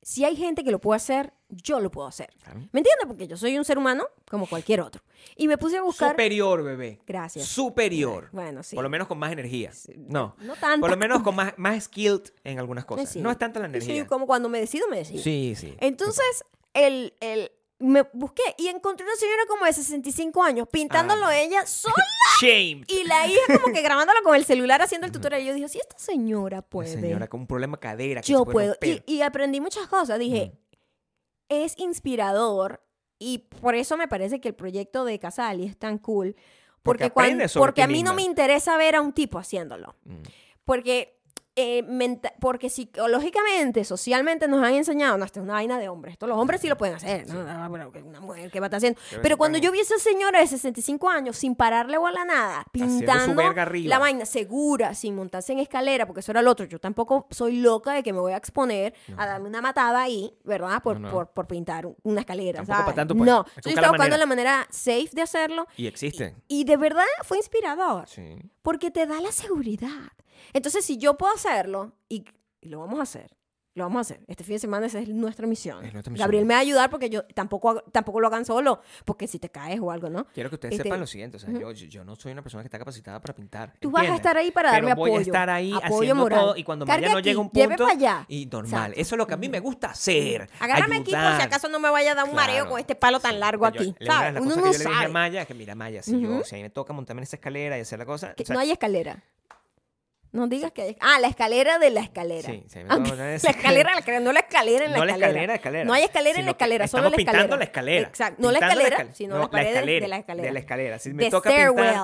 si hay gente que lo puede hacer, yo lo puedo hacer. Claro. ¿Me entiendes? Porque yo soy un ser humano como cualquier otro. Y me puse a buscar. Superior, bebé. Gracias. Superior. Bueno, sí. Por lo menos con más energía. No. No tanto. Por lo menos con más, más skilled en algunas cosas. Sí. No es tanta la Sí, energía. como cuando me decido, me decido. Sí, sí. Entonces, el, el- me busqué y encontré una señora como de 65 años pintándolo Ah. ella sola Shame. y la hija como que grabándolo con el celular haciendo el tutorial. Y yo dije, si esta señora puede. Señora, con un problema cadera. que yo se Mm. puede puedo. romper. Y, y aprendí muchas cosas. Dije, es inspirador y por eso me parece que el proyecto de Casali es tan cool. Porque, Porque aprendes cuando, sobre porque ti a mí no misma. me interesa ver a un tipo haciéndolo. Mm. Porque, eh, menta- porque psicológicamente, socialmente nos han enseñado, no, esta es una vaina de hombres. Esto los hombres sí lo pueden hacer. No, no, no, pero que una mujer que va a estar haciendo. Pero Pero cuando bueno. yo vi a esa señora de 65 años sin pararle bola a nada, Haciendo su pintando verga arriba. la vaina segura, sin montarse en escalera, porque eso era el otro. Yo tampoco soy loca de que me voy a exponer a darme una matada ahí, ¿verdad? Por, No, no. por, por pintar un- una escalera. Tampoco ¿sabes? pa' tanto, pues. No, Hay que yo buscar estaba la buscando la manera safe de hacerlo. Y existen. Y de verdad fue inspirador. Sí. Porque te da la seguridad. Entonces, si yo puedo hacerlo, y, y lo vamos a hacer, lo vamos a hacer. Este fin de semana esa es nuestra misión. Es nuestra misión. Gabriel me va a ayudar porque yo tampoco, hago- tampoco lo hagan solo, porque si te caes o algo, ¿no? Quiero que ustedes Este, sepan lo siguiente, o sea, yo, yo- yo no soy una persona que está capacitada para pintar. Tú vas a ¿entiendes? estar ahí para Pero darle voy apoyo, a estar ahí apoyo haciendo moral. todo y cuando Cargue mañana aquí, llega un lleve punto pa' allá. y normal. Exacto. Eso es lo que a mí me gusta hacer. Agárrame aquí por si ayudar. acaso no me vaya a dar un mareo Claro. con este palo tan Sí, largo yo- aquí. le- una de ¿sabes? las Uno cosas no que yo le dije a sabe. Maya es que mira Maya, si yo, si a mí me toca montarme en esa escalera y hacer la cosa, Que o sea, no hay escalera. No digas que hay. Ah, la escalera de la escalera. Sí, sí, me Ok, tengo que La decir que- escalera, la escalera, no la escalera en la No la escalera. escalera, escalera. No hay escalera en la Sino que escalera, solo estamos la escalera. pintando la escalera. Exacto. No la Pintando escalera, escal- sino no, las paredes de la escalera. De la escalera. Si The me toca stairwell. pintar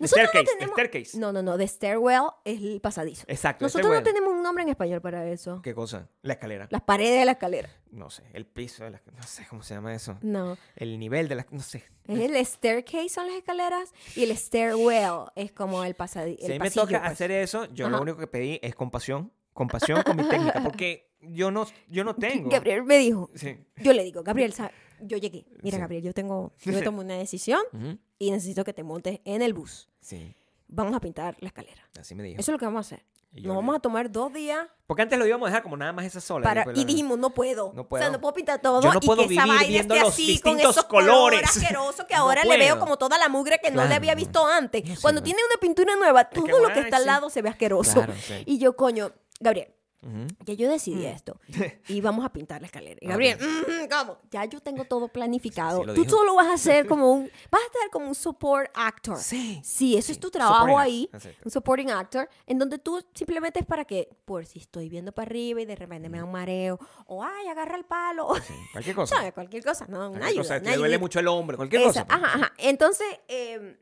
Nosotros staircase, no tenemos... staircase. No, no, no. The stairwell es el pasadizo. Exacto, Nosotros stairwell. no tenemos un nombre en español para eso. ¿Qué cosa? La escalera. Las paredes de la escalera. No sé, el piso de la no sé cómo se llama eso. No. El nivel de la no sé. Es el staircase son las escaleras y el stairwell es como el pues. pasadizo. Si a mí me toca hacer eso, yo lo Ajá. único que pedí es compasión. Compasión con mi técnica. Porque yo no, yo no tengo. Gabriel me dijo, Sí. yo le digo, Gabriel, ¿sabe? yo llegué. Mira, Sí. Gabriel, yo tengo, yo me tomo una decisión Ujú. y necesito que te montes en el bus. Sí, Vamos a pintar la escalera. así me dijo. Eso es lo que vamos a hacer. Y yo Nos le- vamos a tomar dos días Porque antes lo íbamos a dejar como nada más esa sola. para... después Y la- dijimos, no puedo. No O puedo. sea, no puedo pintar todo. Yo no puedo y que esa vivir vaina viendo esté los así, con distintos esos colores. colores. asqueroso que No ahora le veo puedo. como toda la mugre que no Claro, le había no. visto antes. No, sí, Cuando no. tiene una pintura nueva, todo que, lo que ay, está al sí. lado se ve asqueroso. Claro, sí. Y yo, coño, Gabriel, Ujú. ya yo decidí Mm. esto. Y vamos a pintar la escalera. Y Gabriel, "Mm, ¿cómo? Ya yo tengo todo planificado. Ah, Sí, lo Tú dijo. solo vas a ser como un... Vas a estar como un support actor. Sí. Sí, eso es tu supporting trabajo act, ahí, exacto. un supporting actor, en donde tú simplemente es para que, por si estoy viendo para arriba y de repente me da un mareo, o ay, agarra el palo, o Mm. Cualquier cosa. ¿sabes? Cualquier cosa, no, una Cualquier ayuda. cosa, una le duele ayudita. mucho el hombre, cualquier Esa- cosa. pues. Ajá, ajá. Entonces, eh,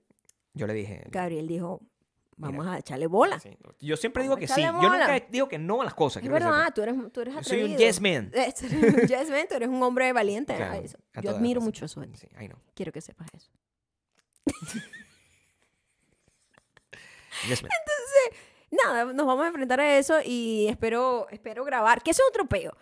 Yo le dije. Gabriel dijo, vamos a echarle bola. sí. Yo siempre digo Vamos a que sí. echarle Yo bola. nunca digo que no a las cosas. Es quiero que sepa. verdad, tú eres, tú eres Yo soy un atrevido. yes man. Eh, tú eres un yes man, tú eres un hombre valiente. Claro, Ay, eso. a Yo todas admiro las mucho eso en ti. Sí, I know. Quiero que sepas eso. Yes man. nada, nos vamos a enfrentar a eso y espero, espero grabar, que eso es otro peo.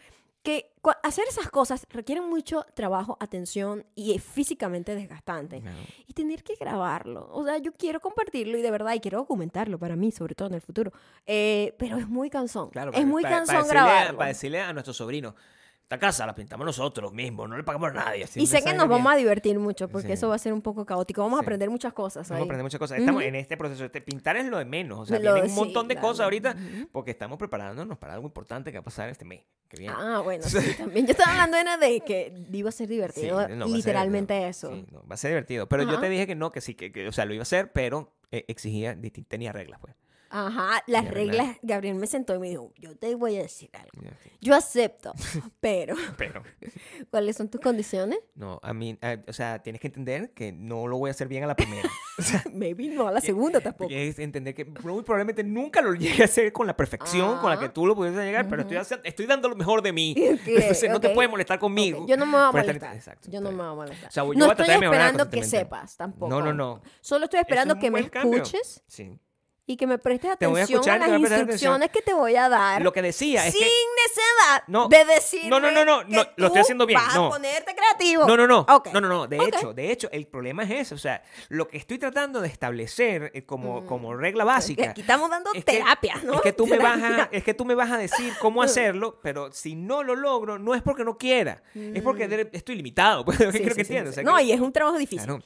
Que cua- hacer esas cosas requieren mucho trabajo, atención y es físicamente desgastante. Claro. Y tener que grabarlo. O sea, yo quiero compartirlo y de verdad, y quiero documentarlo para mí, sobre todo en el futuro. Eh, pero es muy cansón. Claro, es muy cansón decirle a- grabarlo. Para decirle a nuestro sobrino, esta casa la pintamos nosotros mismos, no le pagamos a nadie. y sé que nos vamos a divertir mucho porque Sí. eso va a ser un poco caótico. Vamos a Sí. aprender muchas cosas. Vamos a ahí. aprender muchas cosas. Estamos Ujú. en este proceso. Este, pintar es lo de menos. O sea, Lo- vienen un sí, montón de claro. cosas ahorita Ujú. porque estamos preparándonos para algo importante que va a pasar este mes. que que viene. Ah, bueno, sí, también. Yo estaba hablando era de que iba a ser Sí, divertido, no, va a ser literalmente divertido. eso. Sí, no, va a ser divertido. Pero yo Ajá. te dije que no, que sí, que, que, o sea, lo iba a hacer, pero eh, exigía, disti- tenía reglas, pues. Ajá, las Ya, reglas, claro. Gabriel me sentó y me dijo, yo te voy a decir algo. Ya, sí. Yo acepto, pero Pero, ¿cuáles son tus condiciones? no, a mí, a- o sea, tienes que entender que no lo voy a hacer bien a la primera. O sea, Maybe no a la segunda tampoco. Tienes que entender que muy probablemente nunca lo llegue a hacer con la perfección con la que Ah. tú lo pudieses llegar, pero estoy, haciendo- estoy dando lo mejor de mí. Ok, Entonces no te ok. puedes molestar conmigo. Ok, Yo no me voy a por estar- molestar. Exacto, yo no está me bien. voy a molestar. O sea, yo voy no a estoy tratar de mejorar esperando que constantemente. sepas tampoco. No, no, no. Solo estoy esperando un que me buen cambio. escuches Sí. y que me prestes Te voy a atención escuchar y a las te voy a prestar atención. instrucciones que te voy a dar. Lo que decía es sin que necesidad No. de decir No, no, no, no, no, lo estoy haciendo bien, Vas no. a ponerte creativo. No, no, no. Ok, No, no, no. De ok. hecho, de hecho, el problema es ese. O sea, lo que estoy tratando de establecer eh, como, como regla básica. Aquí estamos dando es que- terapia, ¿no? Es que, tú me vas Terapia. a, es que tú me vas a decir cómo hacerlo, pero si no lo logro, no es porque no quiera, es porque de- estoy limitado. Pues, creo Mm. Sí, que sí, sí, entiendes. O sí. sea, No, que- y es un trabajo difícil. Claro. Es,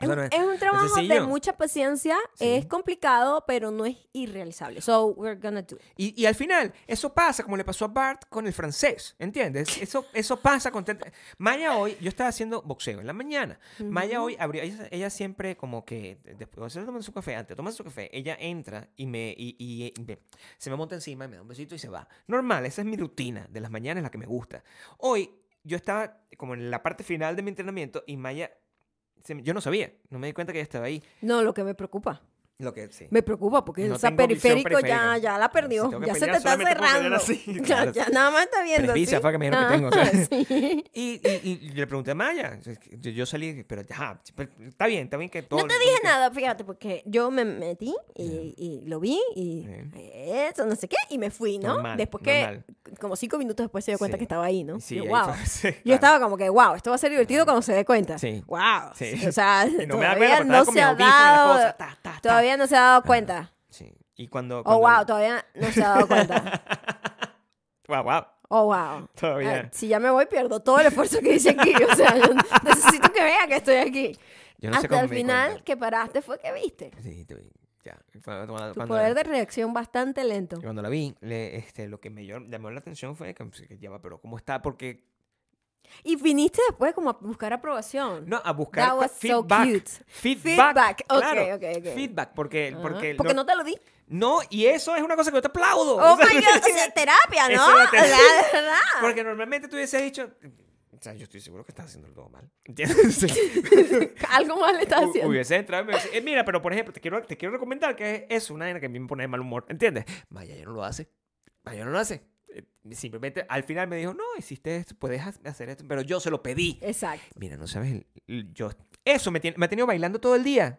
Eso no un- es un trabajo de sencillo. mucha paciencia, es complicado, pero no es irrealizable. So, we're gonna do it. Y, y al final, eso pasa como le pasó a Bart con el francés, ¿entiendes? Eso, eso pasa con... tanta- Maya hoy, yo estaba haciendo boxeo en la mañana. Maya hoy abrió, ella, ella siempre como que, después de tomar su café, antes de tomar su café, ella entra y me, y, y- y me- se me monta encima y me da un besito y se va. Normal, esa es mi rutina de las mañanas, la que me gusta. Hoy yo estaba como en la parte final de mi entrenamiento y Maya, se me- yo no sabía, no me di cuenta que ella estaba ahí. No, lo que me preocupa. Lo que sí. Me preocupa porque No esa tengo visión periférico ya, periférica. ya la perdió. Si tengo que ya se te pelear, está solamente puedo pelear cerrando. así, Ya- claro. ya, nada más está viendo. Presbicia ¿sí? fue que me dijeron que Ah, tengo, o sea. sí. Y, y- y le pregunté a Maya. Yo, yo salí y dije, pero ya, pero está bien, está bien que todo. No te dije nada, fíjate, porque yo me metí y, y lo vi y eso, no sé qué, y me fui, ¿no? Normal, después que, normal. como cinco minutos después se dio cuenta Sí. que estaba ahí, ¿no? Sí, yo, ahí wow. fue- sí, Yo claro. estaba como que, wow, esto va a ser divertido cuando se dé cuenta. Sí. Wow. Sí. O sea, Y no me todavía da cuenta, pero estaba no con se mis ha audífonos, dado. cosas, ta, ta, ta. Todavía no se ha dado cuenta. Sí. Y cuando. Oh, cuando- wow, todavía no se ha dado cuenta. Wow, wow. Oh, wow. Todavía. Ah, si ya me voy, pierdo todo el esfuerzo que hice aquí. O sea, yo necesito que vea que estoy aquí. Yo no sé Hasta cómo el me di final cuenta. que paraste fue que viste. Sí, tú- ya. Cuando, cuando- Tu cuando- poder de reacción bastante lento. cuando la vi, le- este, lo que me llam- llamó la atención fue que, pues, que ya va, pero ¿cómo está? Porque. Y viniste después como a buscar aprobación. No, a buscar That was so feedback. cute. Feedback. Feedback, ok, claro. ok, ok. Feedback, porque. Ajá. Porque, Ah. Porque no te lo di. No, y eso es una cosa que yo te aplaudo. Oh O sea, my god, o sea, terapia, ¿no? Eso era terapia. La verdad. Porque normalmente tú hubieses dicho, o sea, yo estoy seguro que estás haciendo todo mal. ¿Entiendes? O sea, Algo mal le estás hu- haciendo. Hubiese entrado y me hubiese- eh, mira, pero por ejemplo, te quiero, te quiero recomendar que es una vaina que a mí me pone de mal humor. ¿Entiendes? Maya ya no lo hace. Maya no lo hace. Eh, Simplemente al final me dijo, no, hiciste esto, puedes ha- hacer esto, pero yo se lo pedí. Exacto. Mira, no sabes, el- el- yo... Eso me, tiene- me ha tenido bailando todo el día.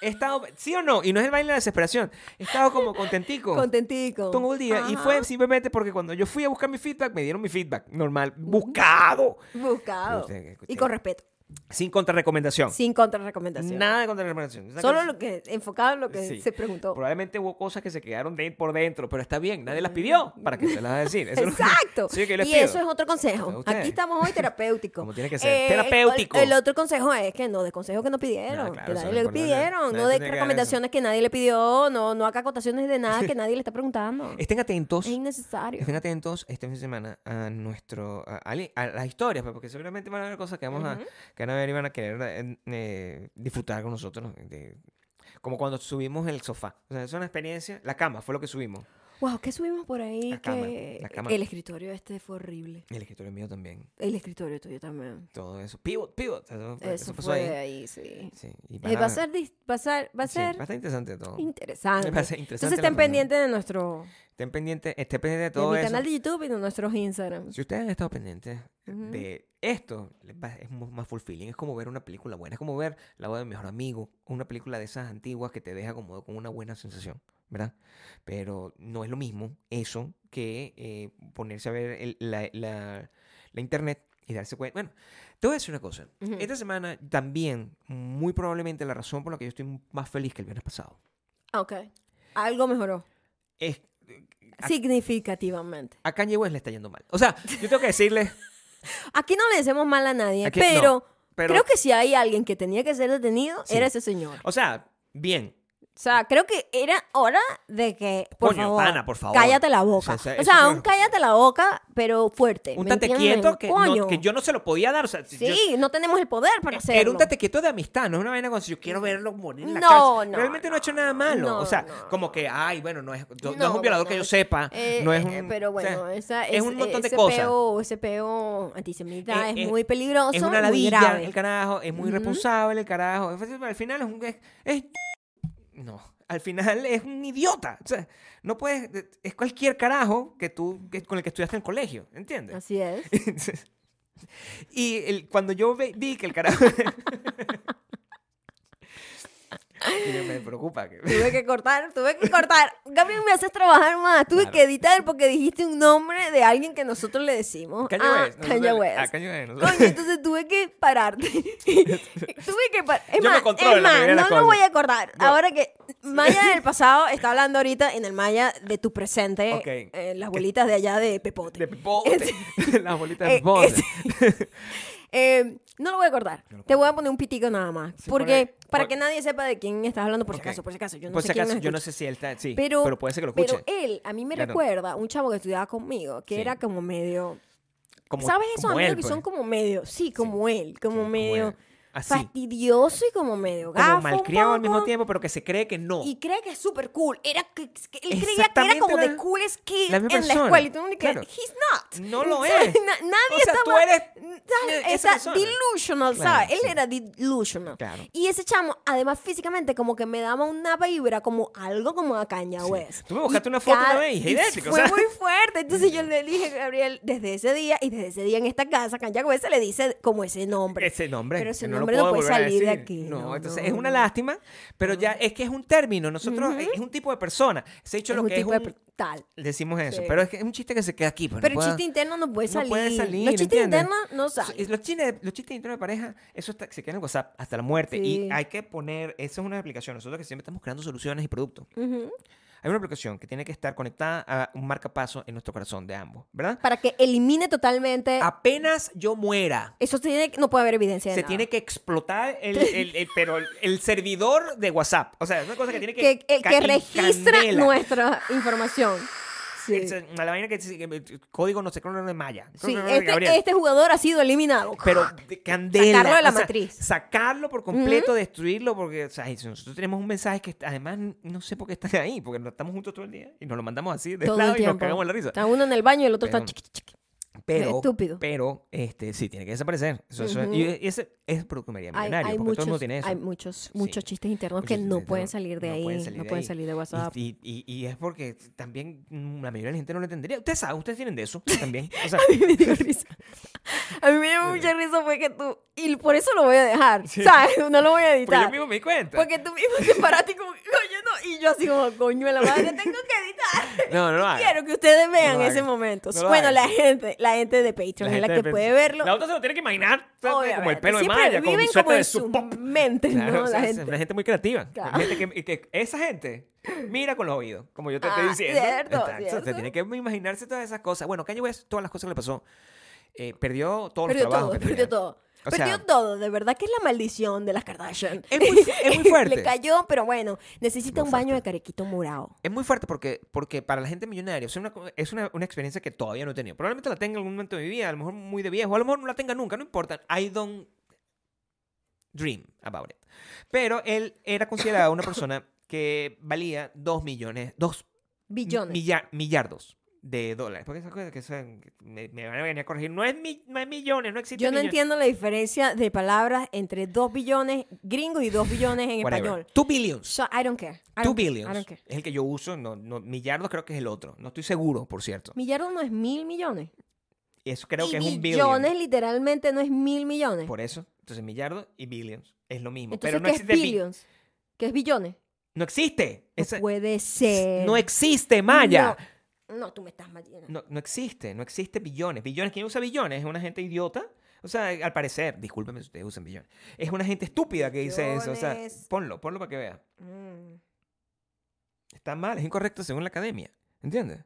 He estado, sí o no, y no es el baile de la desesperación. He estado como contentico. Contentico. todo el día. Y Ajá. fue simplemente porque cuando yo fui a buscar mi feedback, me dieron mi feedback normal, buscado, Mm. Buscado. Usted que escuché. Y con respeto. sin contrarrecomendación. Sin contrarrecomendación. Nada de contrarrecomendación. Esa Solo cosa- lo que, enfocado en lo que Sí. se preguntó. Probablemente hubo cosas que se quedaron de por dentro, pero está bien, nadie las pidió. ¿Para que se las va a decir? Eso no- Mm. Exacto. Sí, que yo les y pido. eso es otro A consejo. ustedes. Aquí estamos hoy terapéuticos. Eh, Como tiene que ser, terapéutico. El, el otro consejo es que no, de consejos que no pidieron. No, que claro, eso nadie no le importa, pidieron. nadie No de tiene que dar eso. recomendaciones que nadie le pidió. No, no haga acotaciones de nada que nadie le está preguntando. es Estén atentos. innecesario. Estén atentos este fin de semana a nuestro a, a li- a las historias, pues, porque seguramente van a haber cosas que vamos a que van a ver y van a querer eh, eh, disfrutar con nosotros. de- como cuando subimos el sofá. O sea, es una experiencia. La cama fue lo que subimos. Wow, ¿qué subimos por ahí? La cama, que la cama. el escritorio este fue horrible. El escritorio mío también. El escritorio tuyo también. Todo eso. Pivot, pivot. Eso, eso Eso pasó fue ahí. ahí, sí. Sí, y Eh, van va a ver- ser, dis- va a ser, va a sí, ser va a estar interesante todo. interesante. Va a ser interesante Entonces la estén manera. pendientes de nuestro Estén pendientes, estén pendientes de de todo mi eso. canal de YouTube y de nuestros Instagram. Si ustedes han estado pendientes Ujú. de esto, les va- es mu- más fulfilling. Es como ver una película buena. Es como ver La boda de mi mejor amigo. Una película de esas antiguas que te deja como con una buena sensación, ¿verdad? Pero no es lo mismo eso que eh, ponerse a ver el- la, la- la internet y darse cuenta. Bueno, te voy a decir una cosa. Ujú. Esta semana también, muy probablemente la razón por la que yo estoy más feliz que el viernes pasado Ah, Ok. Algo mejoró. es Significativamente. a Kanye West le está yendo mal. O sea, yo tengo que decirle... Aquí no le decimos mal a nadie, Aquí- pero, no, pero- creo que si hay alguien que tenía que ser detenido, Sí. era ese señor. O sea, bien. O sea, creo que era hora de que, por Coño, favor, pana, por favor. cállate la boca. O o sea, eso sea, creo un que- cállate la boca, pero fuerte. Un Eh, ¿me tate entienden? quieto que, no- Coño. que yo no se lo podía dar. O sea, yo- Sí, no tenemos el poder para hacerlo. Era un tate quieto de amistad, no es una vaina cuando yo quiero verlo morir en la No, cárcel. no, Realmente no ha hecho nada malo. no, o sea, no. como que, ay, bueno, no es, no, No, es un violador bueno, que yo es- sepa. Eh, no es eh, un- pero o sea, bueno, esa- es, es- un montón de ese cosas. peo- ese peo antisemita Eh, es, eh, muy peligroso, Es una muy ladilla, grave. el carajo, es muy Ujú. responsable, el carajo. Es- Al final es un. es- es- no, al final es un idiota. O sea, no puedes. Es cualquier carajo que tú, que- con el que estudiaste en el colegio, ¿entiendes? Así es. y el- cuando yo ve- vi que el carajo. Y yo, me preocupa. que- Tuve que cortar, tuve que cortar. Gabriel, me haces trabajar más. Tuve Claro. que editar porque dijiste un nombre de alguien que nosotros le decimos. Kanye Ah, West, nosotros- Kanye ah, West. Kanye West, nosotros- Coño, entonces tuve que pararte. tuve que parar. Es Yo me más, controlo es la más mayoría de las no lo cosas. voy a acordar. No. Ahora que Maya del pasado está hablando ahorita en el Maya de tu presente. Ok. eh, las bolitas de allá de Pepote. De pipote. Las bolitas de Eh, pipote. ese- Eh, no lo voy a cortar. No lo Te voy a poner un pitico nada más. Sí, porque, ponle- para pon- que nadie sepa de quién estás hablando, por Ok. si acaso, por si acaso. Yo no Por sé si quién acaso, nos yo no escucha. sé si él está. Sí, pero, Pero, puede ser que lo escuche. pero él a mí me Claro. recuerda a un chavo que estudiaba conmigo, que Sí. era como medio... Como- ¿Sabes esos como amigos él, que pues. son como medio? Sí, como él, como como medio él. Así. fastidioso y como medio gafo. como un malcriado al mismo poco, tiempo, pero que se cree que no. Y cree que es súper cool. Era que, que él creía que era Exactamente como la- the coolest kid la en misma la persona. escuela. Y tú no Claro. he's not. No lo ¿Sabes? es. Na- nadie O sea, está tú más- eres ¿sabes? esa Está persona. delusional, Claro, ¿sabes? Él sí. era delusional. Claro. Y ese chamo, además físicamente, como que me daba una vibra, como algo como a Kanye Sí. West. Tú me buscaste Y una foto cada- una vez y es y idéntico, o Fue sea. Mm. muy fuerte. Entonces yo le dije a Gabriel desde ese día, y desde ese día en esta casa, Kanye West se le dice como ese nombre. Ese nombre. Pero ese que nombre no lo puedo puede volver a salir de decir. aquí, No, no, entonces no, es una no. lástima, pero ya es que es un término. Nosotros Ujú. es un tipo de persona. Se ha dicho Es lo un que es tipo de un- per- tal. Decimos eso, Sí. pero es que es un chiste que se queda aquí. pues, no Pero el puedo- chiste interno no puede salir. No puede salir. Los chistes ¿entiendes? internos no So- salen. Los chistes, los chistes internos de pareja, eso está- se queda en el WhatsApp hasta la muerte. Sí. Y hay que poner, eso es una aplicación. Nosotros que siempre estamos creando soluciones y productos. Ujú. Hay una aplicación que tiene que estar conectada a un marcapaso en nuestro corazón de ambos, ¿verdad? Para que elimine totalmente. Apenas yo muera, Eso tiene, no puede haber evidencia de Ah. se nada. tiene que explotar el, el- el- pero el, el servidor de WhatsApp. O sea, es una cosa que tiene que. que, el ca- que en registra candela. nuestra información. Sí. Es, eh, La vaina que dice que el código no sé cómo de Maya. Sí, Creo que de Gabriel. este, este jugador ha sido eliminado. pero de candela. Sacarlo de la o sea, matriz. Sacarlo por completo, destruirlo, porque o sea, si nosotros tenemos un mensaje que además no sé por qué están ahí, porque nos estamos juntos todo el día y nos lo mandamos así de todo lado el y nos tiempo. cagamos la risa. Está uno en el baño y el otro Pero- está chiqui, chiqui. Pero, estúpido. pero este, sí, tiene que desaparecer. Eso, eso- y, y ese es producto de Hay, millonario, hay porque todo el mundo muchos, tiene eso. hay muchos, muchos Sí. chistes internos Muchos que no chistes, pueden salir de ahí. no pueden ahí. salir de WhatsApp. Y, y- y- y es porque también mm, la mayoría de la gente no lo entendería. Ustedes saben, ustedes tienen de eso también. O sea, me dio risa. A mí me dio mucha risa fue que tú. Y por eso lo voy a dejar. ¿Sabes? No lo voy a porque yo editar. mismo me di cuenta. Porque tú mismo te paraste y como, coño, no. Y yo así como, coño, de la madre, tengo que editar. no, no lo hagan. Quiero que ustedes vean Ah, No lo ese hagan. momento. No lo bueno, hagan. la gente, la gente de Patreon es gente la de que Perú. puede verlo. La otra se lo tiene que imaginar. ¿sabes? Como el Obviamente. pelo de Siempre Maya, con viven mi como suéter en de su su pop. mente, Claro, ¿no? o La sea, es gente. una gente muy creativa. Claro. Gente que, que- esa gente mira con los oídos, como yo te Ah, estoy diciendo. cierto, Está- o sea, cierto. Se tiene que imaginarse todas esas cosas. Bueno, Kanye West, todas las cosas que le pasó, eh, perdió todos Perdió los trabajos. todo, que tenía. perdió todo. O perdió sea- todo, de verdad que es la maldición de las Kardashian. Es muy fu- es muy fuerte. Le cayó, pero bueno, necesita Muy un baño fuerte. de carequito morado. Es muy fuerte porque, porque para la gente millonaria o sea, una co- es una, una experiencia que todavía no he tenido. Probablemente la tenga en algún momento de mi vida, a lo mejor muy de viejo, a lo mejor no la tenga nunca, no importa. I don't dream about it. Pero él era considerado una persona que valía 2 millones, 2 Billones. millardos de dólares. Porque esas cosas que son- que me, me van a venir a corregir. No es, mi- no es millones, no existe Yo no millones. entiendo la diferencia de palabras entre dos billones gringos y dos billones en Whatever. español. Two billions. So, I don't care. I 2 don't care. I billions. don't care. Es el que yo uso. No, no, millardos creo que es el otro. No estoy seguro, por cierto. Millardo no es mil millones. Eso creo y que es un billion. billones literalmente no es mil millones. Por eso, entonces millardos y billions es lo mismo. Entonces, pero no ¿qué es existe. bi- billions? ¿Qué es billones? No existe. No Esa- puede ser. no existe, Maya. No, no, tú me estás metiendo. No. no existe, no existe billones. Billones, ¿quién usa billones? Es una gente idiota. O sea, al parecer, discúlpeme si ustedes usan billones. Es una gente estúpida que dice eso. O sea, Billones. ponlo, ponlo para que vea. Mm. Está mal, es incorrecto según la academia. ¿Entiendes?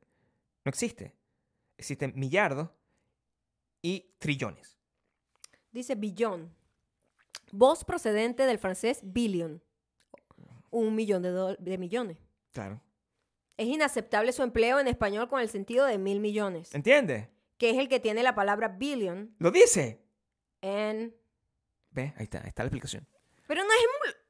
No existe. Existen millardos y trillones. Dice billón. Voz procedente del francés billion. un millón de, do- de millones. Claro. Es inaceptable su empleo en español con el sentido de mil millones, ¿Entiendes? que es el que tiene la palabra billion Lo dice. en... Ve, ahí está, ahí está la explicación. Pero no es... mu-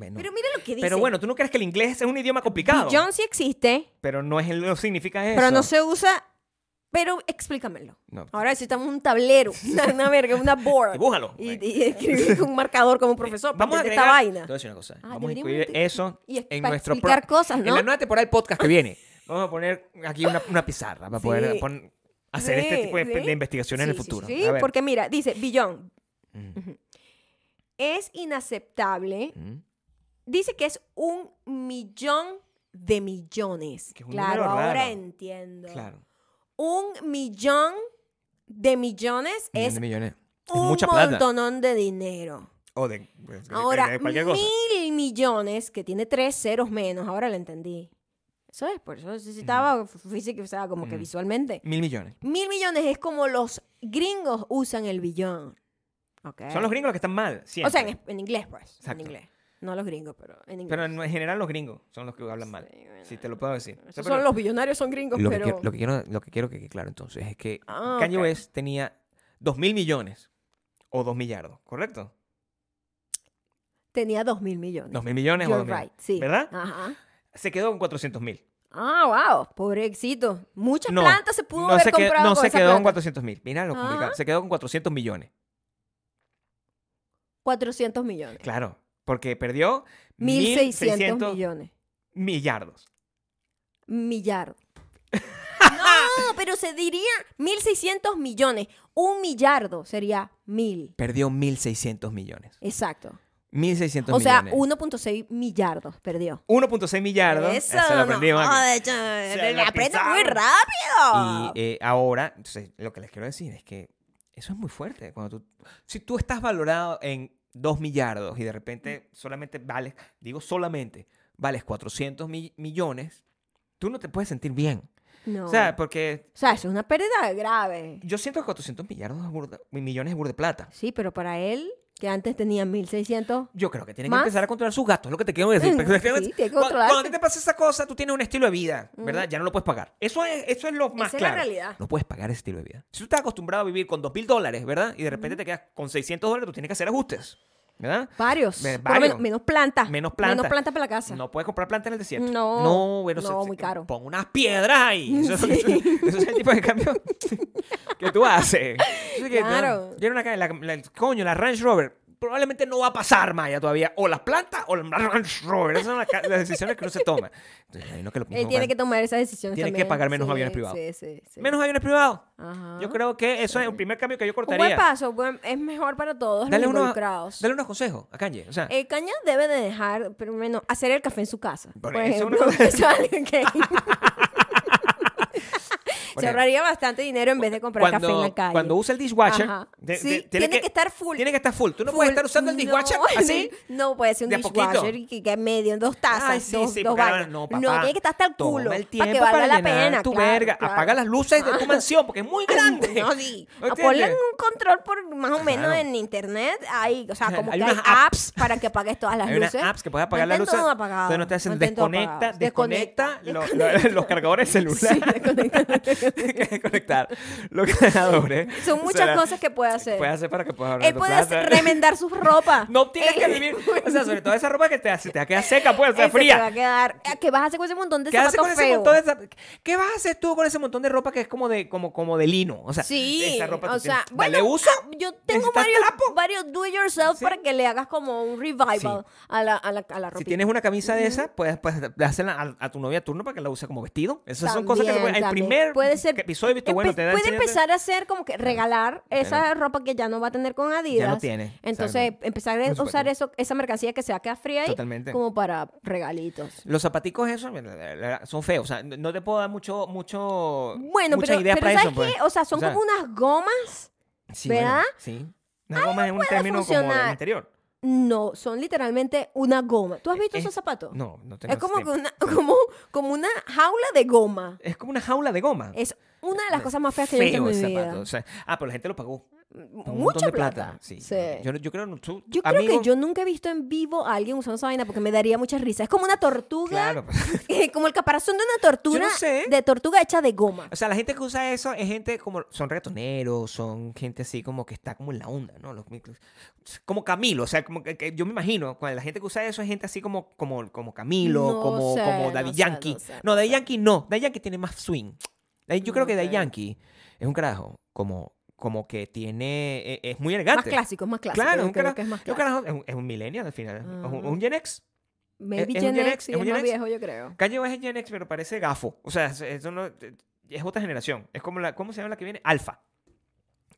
Ve, no. Pero mira lo que dice. Pero bueno, tú no crees que el inglés es un idioma complicado. Billion sí existe, Pero no es el- no significa eso. pero no se usa... Pero explícamelo. No. Ahora necesitamos un tablero, una, una verga, una board. Dibújalo. Y, y escribir con un marcador como profesor. Vamos a porque agregar, esta Te vaina. voy a decir una cosa. Ah, vamos a deberíamos incluir de- eso y es en para nuestro explicar cosas, En ¿no? la nueva temporada del podcast que viene. Vamos a poner aquí una, una pizarra para poder Sí. pon- hacer Sí, este tipo de, sí. de investigación en el Sí, sí, futuro. Sí, A ver. porque mira, dice Billón, Mm, es inaceptable. mm. Dice que es un millón de millones. Que es un claro, número ahora raro. entiendo. Claro. Un millón de millones Millones es de millones. Es un mucha plata. montonón de dinero. O de, pues, de- de- Ahora, de cualquier cosa. mil millones, que tiene tres ceros menos, ahora lo entendí. Eso es, por eso necesitaba física, o sea, como que Ujú. visualmente. Mil millones. Mil millones es como los gringos usan el billón. Ok. Son los gringos los que están mal. Siempre. O sea, en, es- en inglés, pues. En Exacto. inglés. No los gringos, pero en inglés. Pero en general los gringos son los que hablan mal. Sí, bueno. Si te lo puedo decir. Esos O sea, son pero- los billonarios, son gringos, lo, que pero. quiero, lo, que quiero, lo que quiero que quede claro entonces es que Ah, Kanye ok. West tenía 2 mil millones o 2 millardos, ¿correcto? Tenía dos mil millones. 2 mil millones o You're dos mil- right, sí. ¿Verdad? Ajá. Se quedó con 400 mil. Ah, wow. Pobrecito. Muchas No, plantas se pudo no haber se quedó, comprado no con se esa quedó con plata. Ah. 400 mil. Mira lo Ajá. complicado. Se quedó con 400 millones. 400 millones. Claro, porque perdió 1600 millones. millardos. Millar. no, pero se diría 1600 millones. Un millardo sería mil. Perdió 1.600 millones. Exacto. 1.600 O sea, millones. 1.6 millardos perdió. 1.6 millardos. Eso, Se lo no, Ah, aprendimos aquí. joder, chon, Se lo la aprenden muy pisaron. rápido. Y eh, ahora, entonces, lo que les quiero decir es que eso es muy fuerte. Cuando tú, si tú estás valorado en 2 millardos y de repente solamente vales, digo solamente, vales 400 mi- millones, tú no te puedes sentir bien. No. O sea, porque O sea, eso es una pérdida grave. yo siento que 400 millardos es burda- millones es burda de plata. Sí, pero para él, que antes tenía 1600. Yo creo que tienen ¿Más? Mm, que empezar a controlar sus gastos, es lo que te quiero decir. Sí, Porque- tiene que cuando- controlarse. Mm. cuando a ti te pasa esa cosa, tú tienes un estilo de vida, ¿verdad? Ya no lo puedes pagar. Eso es, eso es lo más Esa es la claro. realidad. No puedes pagar ese estilo de vida. Si tú estás acostumbrado a vivir con dos mil dólares, ¿verdad? Y de repente te quedas con 600 dólares, tú tienes que hacer ajustes, ¿verdad? Varios. Ve- Por lo varios. menos, plantas. Menos planta. Menos planta para la casa. No puedes comprar planta en el desierto. No, No, bueno, no, muy caro. Pon unas piedras ahí. Eso, eso- eso es el tipo de cambio que tú haces. Así que, no, Claro. yo era una ca- la, la- el coño, la Range Rover. Probablemente no va a pasar Maya todavía. O las plantas o la Range Rover. Esas son las, ca- las decisiones que no se toman. Entonces, ahí no que lo Él mismo tiene van. que tomar esas decisiones. Tienes que también. pagar menos Sí, aviones privados. Sí, sí, sí. Menos aviones privados. Ajá. Yo creo que eso es el primer cambio que yo Un cortaría. buen paso. buen- es mejor para todos dale, los unos, involucrados. dale unos consejos a Kanye. O sea, El caña debe de dejar, primero, hacer el café en su casa. Por Por, eso ejemplo, uno- eso es algo que- por Se ejemplo, ahorraría bastante dinero en vez de comprar café en la calle. cuando usa el dishwasher, Ajá. de- de- Sí, tiene que estar full. Tiene que estar full. Tú no puedes Full- estar usando el dishwasher no, así. No, puede ser un de a poquito. dishwasher y que, que medio, en dos tazas, Ay, sí, dos, sí, dos porque ahora vainas. no, No, papá. tiene que estar hasta el Toma culo el para tiempo que valga la llenar pena. tu claro, verga. claro. Apaga las luces de tu mansión porque es muy grande. No, sí. ¿Entiendes? Ponle un control por más o menos Claro. en internet. Ahí, o sea, Claro, como hay que hay unas apps. apps para que apagues todas las Hay unas luces. apps que puedes apagar las Mantén luces. todo apagado, Entonces no te hacen mantén todo desconecta, apagado. desconecta, Desconecta, lo- lo- los cargadores celulares. desconectar los cargadores. Son O muchas sea, cosas que puede que hacer. Puedes hacer para que puedas ahorrar Él tu puede plata. hacer- remendar sus ropas. No tienes que Eh, vivir. O sea, sobre todo esa ropa que te, se te queda seca, pues, o sea, eso te va fría. a quedar. eh, ¿Qué vas a hacer con ese montón de ¿Qué haces zapatos con ese feos? montón de zap- ¿Qué vas a hacer tú con ese montón de ropa que es como de, como, como de lino? O sea, Sí, esa ropa o tú sea, tienes- bueno, dale uso. ah, yo tengo ¿Necesitas varios, trapo? varios do it yourself Sí. para que le hagas como un revival a la, a la, a la Si ropita. tienes una camisa de esa, puedes, puedes hacerla a, a tu novia a turno para que la use como vestido. Esas son cosas que se También, pueden- El también. primer Puede ser- episodio de Visto Bueno Empe- te da puede enseñanza- empezar a hacer como que regalar esa ropa que ya no va a tener con Adidas. tiene, Entonces, exacto. empezar Por a supuesto. usar eso, esa mercancía que se va a quedar fría ahí Totalmente. como para regalitos. Los zapaticos esos la- la- la- son feos. O sea, no no te puedo dar mucho, mucho, Bueno, mucha pero, idea pero para ¿sabes eso. pues. qué? O sea, son O sea, como unas gomas. sí, bueno, ¿verdad? sí. Una goma es un término como del funcionar. interior. No, son literalmente una goma. ¿Tú has visto Eh, esos zapatos? No, no tengo Es como, tiempo. que una, como, como una jaula de goma. Es como una jaula de goma. Es una de las cosas más feas que yo he visto Feo en mi ese vida. zapato. o sea, ah, pero la gente lo pagó. Un mucha montón de plata. Sí. Sí. Yo, yo creo, tú- Yo creo amigo, que yo nunca he visto en vivo a alguien usando esa vaina porque me daría mucha risa. Es como una tortuga, eh, Claro. pues. como el caparazón de una tortuga, sé. de tortuga hecha de goma. O sea, la gente que usa eso es gente como. Son retoneros, son gente así como que está como en la onda, ¿no? Los micros- como Camilo, o sea, como que, que yo me imagino, cuando la gente que usa eso es gente así como, como, como Camilo, No como, sé, como no Daddy sé, Yankee. no sé, No, no Daddy sé. Mm, Yankee no. Daddy Yankee tiene más swing. Daddy- yo creo que Daddy Ok. Yankee es un carajo, como, como que tiene. e- Es, muy Más elegante. clásico, es más clásico. Claro, yo un creo carajo, que es más es un clásico. carajo- es un- es un millennial al final. es un- Ah. Un Gen X. Maybe es un Gen Gen X, X, sí, es es un más Gen X. viejo, yo creo. Kanye West es Gen X, pero parece gafo. O sea, es- eso no, eh, es otra generación. Es como la, ¿cómo se llama la que viene? Alfa.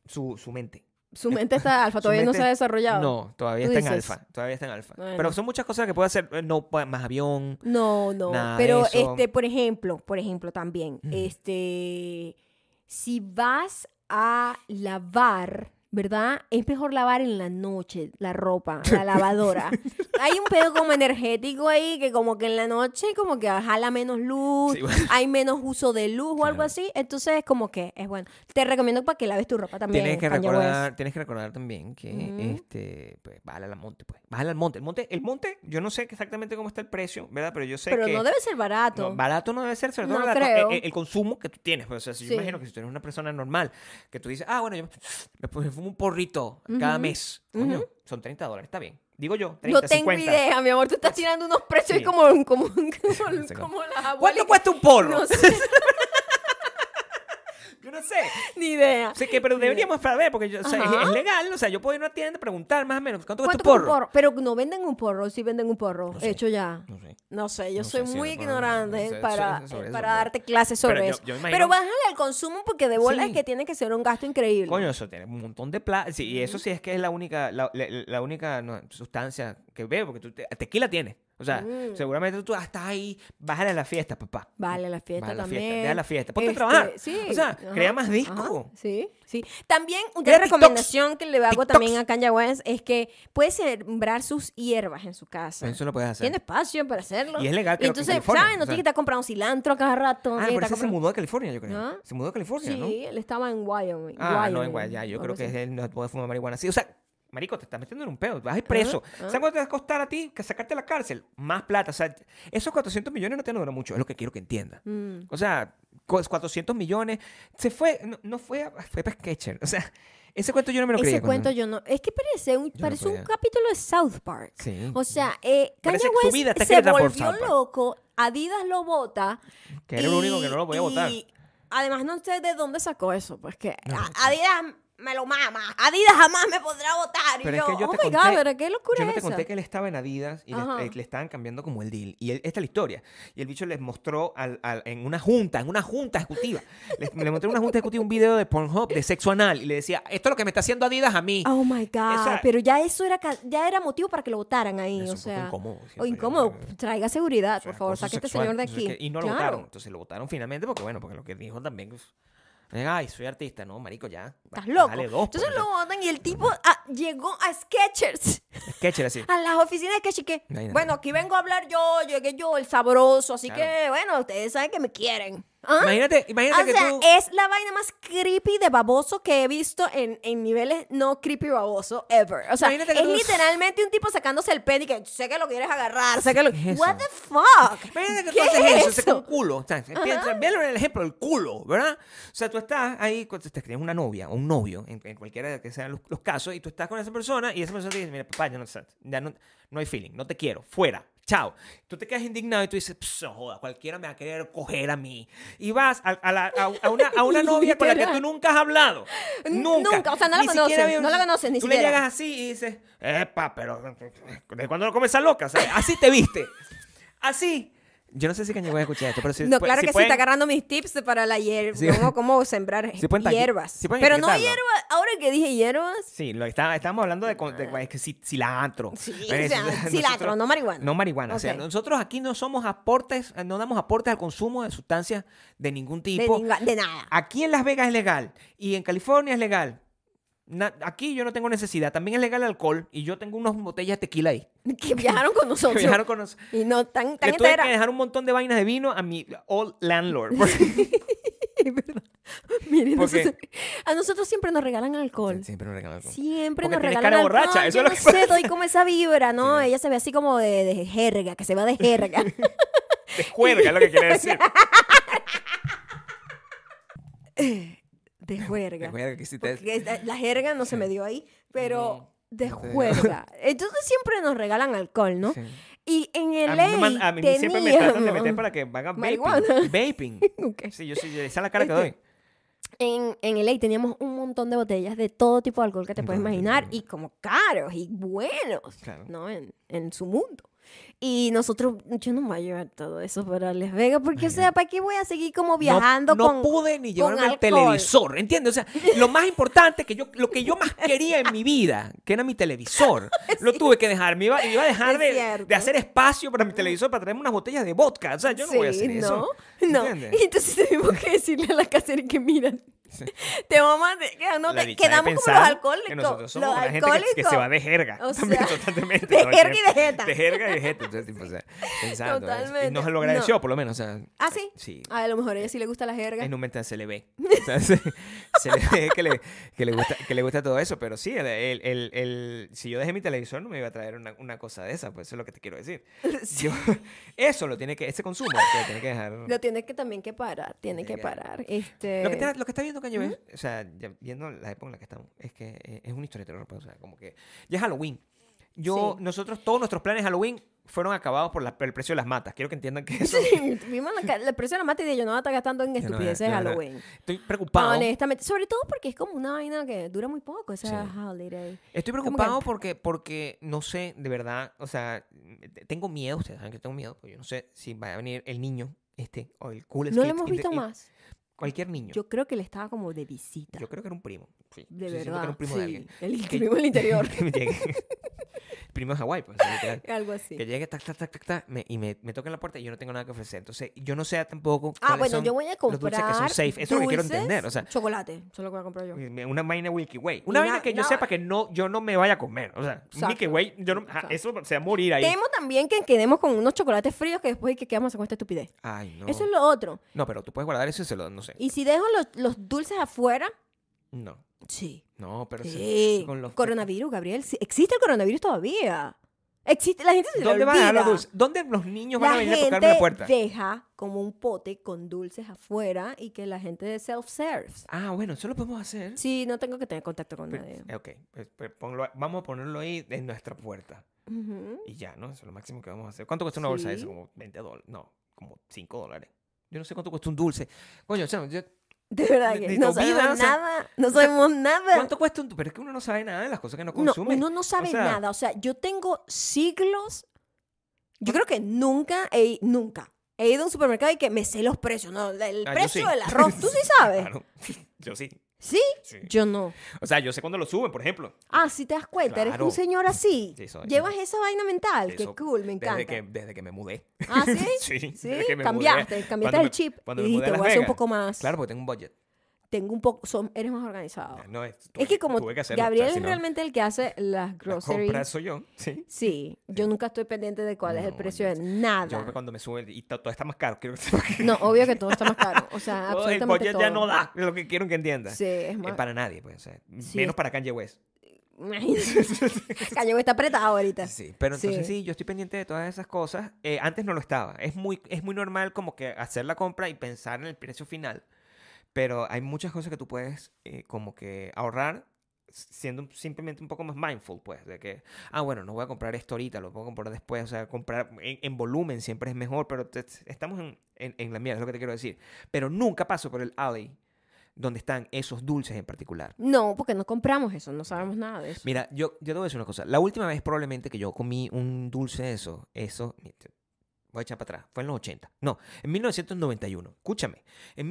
Su, su mente. Su mente está alfa, Su todavía mente- no se ha desarrollado. No, todavía Tú está en dices. alfa. Todavía está en alfa. Bueno. Pero son muchas cosas que puede hacer. eh, No pa- más avión. No, no. Nada de pero eso. este, por ejemplo, por ejemplo, también, este, si vas a lavar, ¿verdad? Es mejor lavar en la noche la ropa, la lavadora. Hay un pedo como energético ahí que como que en la noche como que jala menos luz, Sí, bueno. hay menos uso de luz o algo Claro. así. Entonces, como que es bueno. Te recomiendo para que laves tu ropa también. pues. Tienes que, Kanye West. recordar, tienes que recordar también que Ujú. este, pues, bájale al monte, pues. Bájale al monte. El monte, el monte, yo no sé exactamente cómo está el precio, ¿verdad? Pero yo sé Pero que. no debe ser barato. No, barato no debe ser, sobre todo No la co- creo. El, el consumo que tú tienes. pues, o sea, si Sí. yo imagino que si tú eres una persona normal, que tú dices, ah, bueno, yo me, me fumo un porrito cada Ujú, mes. Coño, ujú. son 30 dólares, está bien. Digo yo, 30, No tengo 50. idea, mi amor. Tú estás tirando unos precios Sí. como, como, como, sé como las abuelas. ¿Cuánto cuesta un porro? No sé, Yo no sé. ni idea. sé que, pero deberíamos saber, porque yo- o sea, Ajá. es, es legal. O sea, yo puedo ir a una tienda y preguntar más o menos, ¿cuánto, ¿Cuánto cuesta un cuesta porro? Pero no venden un porro, sí venden un porro. No sé. Hecho ya. No sé. No sé, yo No sé, soy muy sí, no, no, no, ignorante no sé, para, sobre- sobre eso, para pero- darte clases sobre pero yo- eso. yo imagino- pero bájale al consumo porque de bola Sí. que tiene que ser un gasto increíble. Coño, eso tiene un montón de plata. Sí, y eso sí es que es la única, la, la- la única no, sustancia que veo, porque tú te- tequila tienes. O sea, Mm. seguramente tú hasta ahí, bájale a la fiesta, papá. Vale, la fiesta Vale, la también. fiesta, deja la fiesta. Ponte a Este, trabajar. Sí. O sea, crea más disco. Sí, sí. También una Crea recomendación que le hago TikToks. también a Kanye West es que puede sembrar sus hierbas en su casa. Eso lo puedes hacer. Ah, Tiene espacio para hacerlo. Y es legal, creo que en entonces, California, ¿sabes? No o sea. tiene que estar comprando cilantro cada rato. no Ah, tiene por que eso estar se mudó a California, yo creo. ¿Ah? Se mudó a California, comprando- ¿no? Sí, él estaba en Wyoming. Ah, no, en Wyoming, Guayá. Yo creo algo que así. él no puede fumar marihuana. Sí, o sea, marico, te estás metiendo en un pedo. Vas a ir preso. ¿Sabes cuánto te va a costar a ti que sacarte de la cárcel? Más plata. O sea, esos 400 millones no te van a durar mucho. Es lo que quiero que entiendas. Mm. O sea, cu- 400 millones. Se fue, no, no fue, a- fue para Sketcher. O sea, ese cuento yo no me lo creía. pues, Ese cuando- cuento yo no. Es que parece un, no parece un podía. capítulo de South Park. Sí. O sea, eh, Kanye Parece que su West vida está se escrita por South volvió Park. loco. Adidas lo bota. Que era el único que no lo podía y- votar. y Además, no sé de dónde sacó eso. Pues que a- Adidas me lo mama. Adidas jamás me podrá votar. Y Pero yo, es que yo oh te my conté, God, pero qué locura yo no es te esa. conté que él estaba en Adidas y Ajá. le, eh, le estaban cambiando como el deal. Y él- esta es la historia. Y el bicho les mostró al- al- en una junta, en una junta ejecutiva, les- le, mostré en una junta ejecutiva un video de Pornhub de sexo anal y le decía, esto es lo que me está haciendo Adidas a mí. Oh my God, Esa- pero ya eso era ca- ya era motivo para que lo votaran ahí, Es o un poco sea, incómodo, o siento yo, incómodo, porque- traiga seguridad, O sea, por favor, acoso saque este sexual, señor de no sé aquí. qué, y no lo Claro. votaron. Entonces lo votaron finalmente porque, bueno, porque lo que dijo también es, ay, soy artista. No, marico, ya. Estás Bájale loco. dos, Entonces pues, lo votan y el tipo ah, llegó a Sketchers, Sketcher así. a las oficinas de Sketchers que, No hay nada. bueno, aquí vengo a hablar yo, llegué yo, el sabroso, así Claro. que, bueno, ustedes saben que me quieren. ¿Ah? Imagínate, imagínate o que sea, tú... es la vaina más creepy de baboso que he visto en, en niveles no creepy baboso ever. O sea, Imagínate es que tú- literalmente un tipo sacándose el pene y que sé que lo quieres agarrar, sé que lo... ¿Qué es What eso? the fuck? Imagínate que ¿Qué tú haces es eso, haces con eso? un culo. O sea, piensa, véalo en el ejemplo, el culo, ¿verdad? O sea, tú estás ahí, cuando te tienes una novia o un novio, en, en cualquiera que sean los, los casos, y tú estás con esa persona y esa persona te dice, mira, papá, ya no, ya no, no hay feeling, no te quiero, fuera. Chao. Tú te quedas indignado y tú dices, "Pss, no joda, cualquiera me va a querer coger a mí. Y vas a, a la- a- a una, a una novia con la que tú Literal. nunca has hablado. N- Nunca. nunca, o sea, no la Ni siquiera conoces, había- no la conoces ni Tú le siquiera. llegas así y dices, epa, pero ¿de cuándo lo comes esa loca? O sea, así te viste. Así. Yo no sé si Kanye West escucha esto, pero si ¿Ah, No, pu- claro si que pueden- sí, está agarrando mis tips para la hierba, Sí. cómo, cómo sembrar Sí pueden taqui- hierbas. sí pueden Pero no etiquetarlo. hierbas, ahora que dije hierbas, Sí, lo está, estábamos hablando de, con- de- es que ci- cilantro. Ah. Sí, Eh, o sea, nosotros- cilantro, no marihuana. No marihuana. O sea, Ok. nosotros aquí no somos aportes, eh, no damos aportes al consumo de sustancias de ningún de, tipo. ninga- Ah, de nada. Aquí en Las Vegas es legal y en California es legal. Na- aquí yo no tengo necesidad. También es legal el alcohol y yo tengo unas botellas de tequila ahí. Que viajaron con nosotros. Viajaron con nosotros. Y no tan, tan Le tuve que entera. dejar un montón de vainas de vino a mi old landlord. porque- Miren, Porque- nosotros- a nosotros siempre nos regalan alcohol. Siempre me regalan alcohol. Siempre Porque nos tienes regalan cara alcohol. borracha, eso yo es lo no que sé, pasa. doy como esa vibra, ¿no? Sí. Ella se ve así como de, de jerga, que se va de jerga. Te juerga es lo que quiere decir. De juerga. Te juerga que si te- Porque esta- la jerga no se me dio ahí, pero No, de no te dio. juerga. Entonces siempre nos regalan alcohol, ¿no? Sí. Y en A el mí, me man- a mí siempre me tratan de meter para que hagan marihuana. vaping. Vaping. Sí, yo sí, esa es la cara que Este, doy. En, en LA teníamos un montón de botellas de todo tipo de alcohol que te De puedes todo tipo de imaginar alcohol. y como caros y buenos, Claro. ¿no? En, en su mundo. Y nosotros, yo no me voy a llevar todo eso para Las Vegas porque, o sea, ¿para qué voy a seguir como viajando no, no con...? pude con ni llevarme el alcohol? televisor, ¿entiendes? O sea, lo más importante que yo, lo que yo más quería en mi vida, que era mi televisor, lo tuve que dejar. Me iba, iba a dejar Es de, cierto. de hacer espacio para mi televisor para traerme unas botellas de vodka. O sea, yo no voy a hacer Sí, eso. No, no. ¿entiendes? Y entonces tuvimos que decirle a la casera que mira, te vamos a... te- que no La te- bicha de quedamos como pensar los alcohólicos. Que nosotros somos los una gente que- que, se va alcohólicos. de jerga. O también, sea, totalmente, de todo el jerga y de tiempo. jeta. De jerga y de jeta. Entonces, tipo, o sea, pensando, ¿eh? Totalmente. Y nos lo agradeció, por lo menos. o sea, ¿Ah, sí? Sí. Ay, a lo mejor a ella sí le gusta la jerga. En un momento se le ve. O sea, se, se le ve que le, que le gusta, que le gusta todo eso. Pero sí, el, el- el- el- si yo dejé mi televisor, no me iba a traer una, una cosa de esa. Pues eso es lo que te quiero decir. Yo- eso lo tiene que, ese consumo lo tiene que dejar. Lo tiene que también que parar, tiene que Llega. parar. Este... Lo que, está, lo que está viendo Kanye West, o sea, ya viendo la época en la que estamos, es que eh, es una historia de terror, pues, o sea, como que ya es Halloween. Yo, Sí. nosotros, todos nuestros planes de Halloween fueron acabados por, la- por el precio de las matas. Quiero que entiendan que eso... Sí, vimos la, ca- la precio de la mata y yo no va a estar gastando en no, estupideces de yo no. Halloween. Estoy preocupado. Honestamente, sobre todo porque es como una vaina que dura muy poco, esa Sí. holiday. Estoy Como que- preocupado porque, porque no sé, de verdad, o sea, te- tengo miedo, ustedes saben que tengo miedo, porque yo no sé si va a venir el niño este o el coolest No kid lo hemos in the- visto in- más. Cualquier niño. Yo, Yo creo que le estaba como de visita. creo que era un primo. Sí, de sí, siento verdad. Que era un primo sí. de alguien. El Que- primo del interior. que me llegue. primo de Hawái, pues. literal. Algo así. Que llegue, tac, tac, tac, tac, tac, me- y me, me toquen la puerta y yo no tengo nada que ofrecer. Entonces, yo no sé tampoco. Ah, cuáles bueno, son yo voy a los dulces comprar. que son safe. Eso es lo que quiero dulces, entender, o sea. chocolate, solo voy a comprar yo. Una vaina Milky Way. Una- Una vaina que yo una- sepa que no, yo no me vaya a comer. O sea, Exacto. Milky Way, yo no, ja, Exacto. eso se va a morir ahí. Temo también que quedemos con unos chocolates fríos que después que quedamos con esta estupidez. Ay, no. Eso es lo otro. No, pero tú puedes guardar eso y se lo no sé. Y si dejo los, los dulces afuera, No, sí. no, pero sí. Sí. con los- Coronavirus, Gabriel. sí, Existe el coronavirus todavía. Existe. La gente se le ¿Dónde van a dejar los olvida. dulces? ¿Dónde los niños van La a venir a gente tocarme la puerta? deja como un pote con dulces afuera y que la gente de self-serve. Ah, bueno, eso lo podemos hacer. Sí, no tengo que tener contacto con Pero- nadie. eh, ok, pues, pues, ponlo- vamos a ponerlo ahí en nuestra puerta. Ujú. Y ya, ¿no? Eso es lo máximo que vamos a hacer. ¿Cuánto cuesta una bolsa de eso? Sí. Como 20 dólares. No, como 5 dólares. Yo no sé cuánto cuesta un dulce. Coño, o sea, yo- De verdad Ni- que ni no te olvidas, sabemos o sea, nada. No o sea, sabemos nada. ¿cuánto cuesta un dulce? Pero es que uno no sabe nada de las cosas que no No, consume. uno no sabe sea- nada. O sea, yo tengo siglos. Yo creo que nunca he, nunca he ido a un supermercado y que me sé los precios. No, el Ah, yo precio sí. del arroz. Tú sí sabes. Claro. Yo sí, Sí, sí. yo no. O sea, yo sé cuándo lo suben, por ejemplo. Ah, si te das cuenta, eres Claro. un señor así. Sí, soy. Llevas esa vaina mental. Qué Eso cool, me encanta. Desde que, desde que me mudé. Ah, sí. Sí, Sí, desde que me cambiaste, mudé. cambiaste Cuando el me- chip cuando y me mudé dijiste, Las voy a hacer un Vegas. poco más. Claro, porque tengo un budget. Tengo un poco, son- eres más organizado. No, es, Oh. es que como tuve que hacerlo, o sea, Gabriel si es no, realmente el que hace las la groceries. compra soy yo, sí. Sí, yo nunca estoy pendiente de cuál es el No, precio de yo- nada. Yo cuando me sube el- y to- todo está más caro, quiero que sepa que No, obvio que todo está más caro. O sea, todo el absolutamente budget todo. ya no da, es lo que quiero que entiendas. Sí, es Eh, más. para nadie, pues, o sea, Sí, menos es- para Kanye West. Imagínate. Cañón está apretado ahorita. Sí, pero entonces Sí. sí. yo estoy pendiente de todas esas cosas. Eh, antes no lo estaba. Es muy, es muy normal como que hacer la compra y pensar en el precio final. Pero hay muchas cosas que tú puedes eh, como que ahorrar siendo un- simplemente un poco más mindful, pues, de que, ah, bueno, no voy a comprar esto ahorita, lo puedo comprar después, o sea, comprar en, en volumen siempre es mejor, pero te- estamos en, en- en la mierda, es lo que te quiero decir. Pero nunca paso por el alley donde están esos dulces en particular. No, porque no compramos eso, no sabemos nada de eso. Mira, yo, yo te voy a decir una cosa. La última vez probablemente que yo comí un dulce de eso, eso, ni- te- voy a echar para atrás, fue en los 80. No, en 1991. Escúchame, en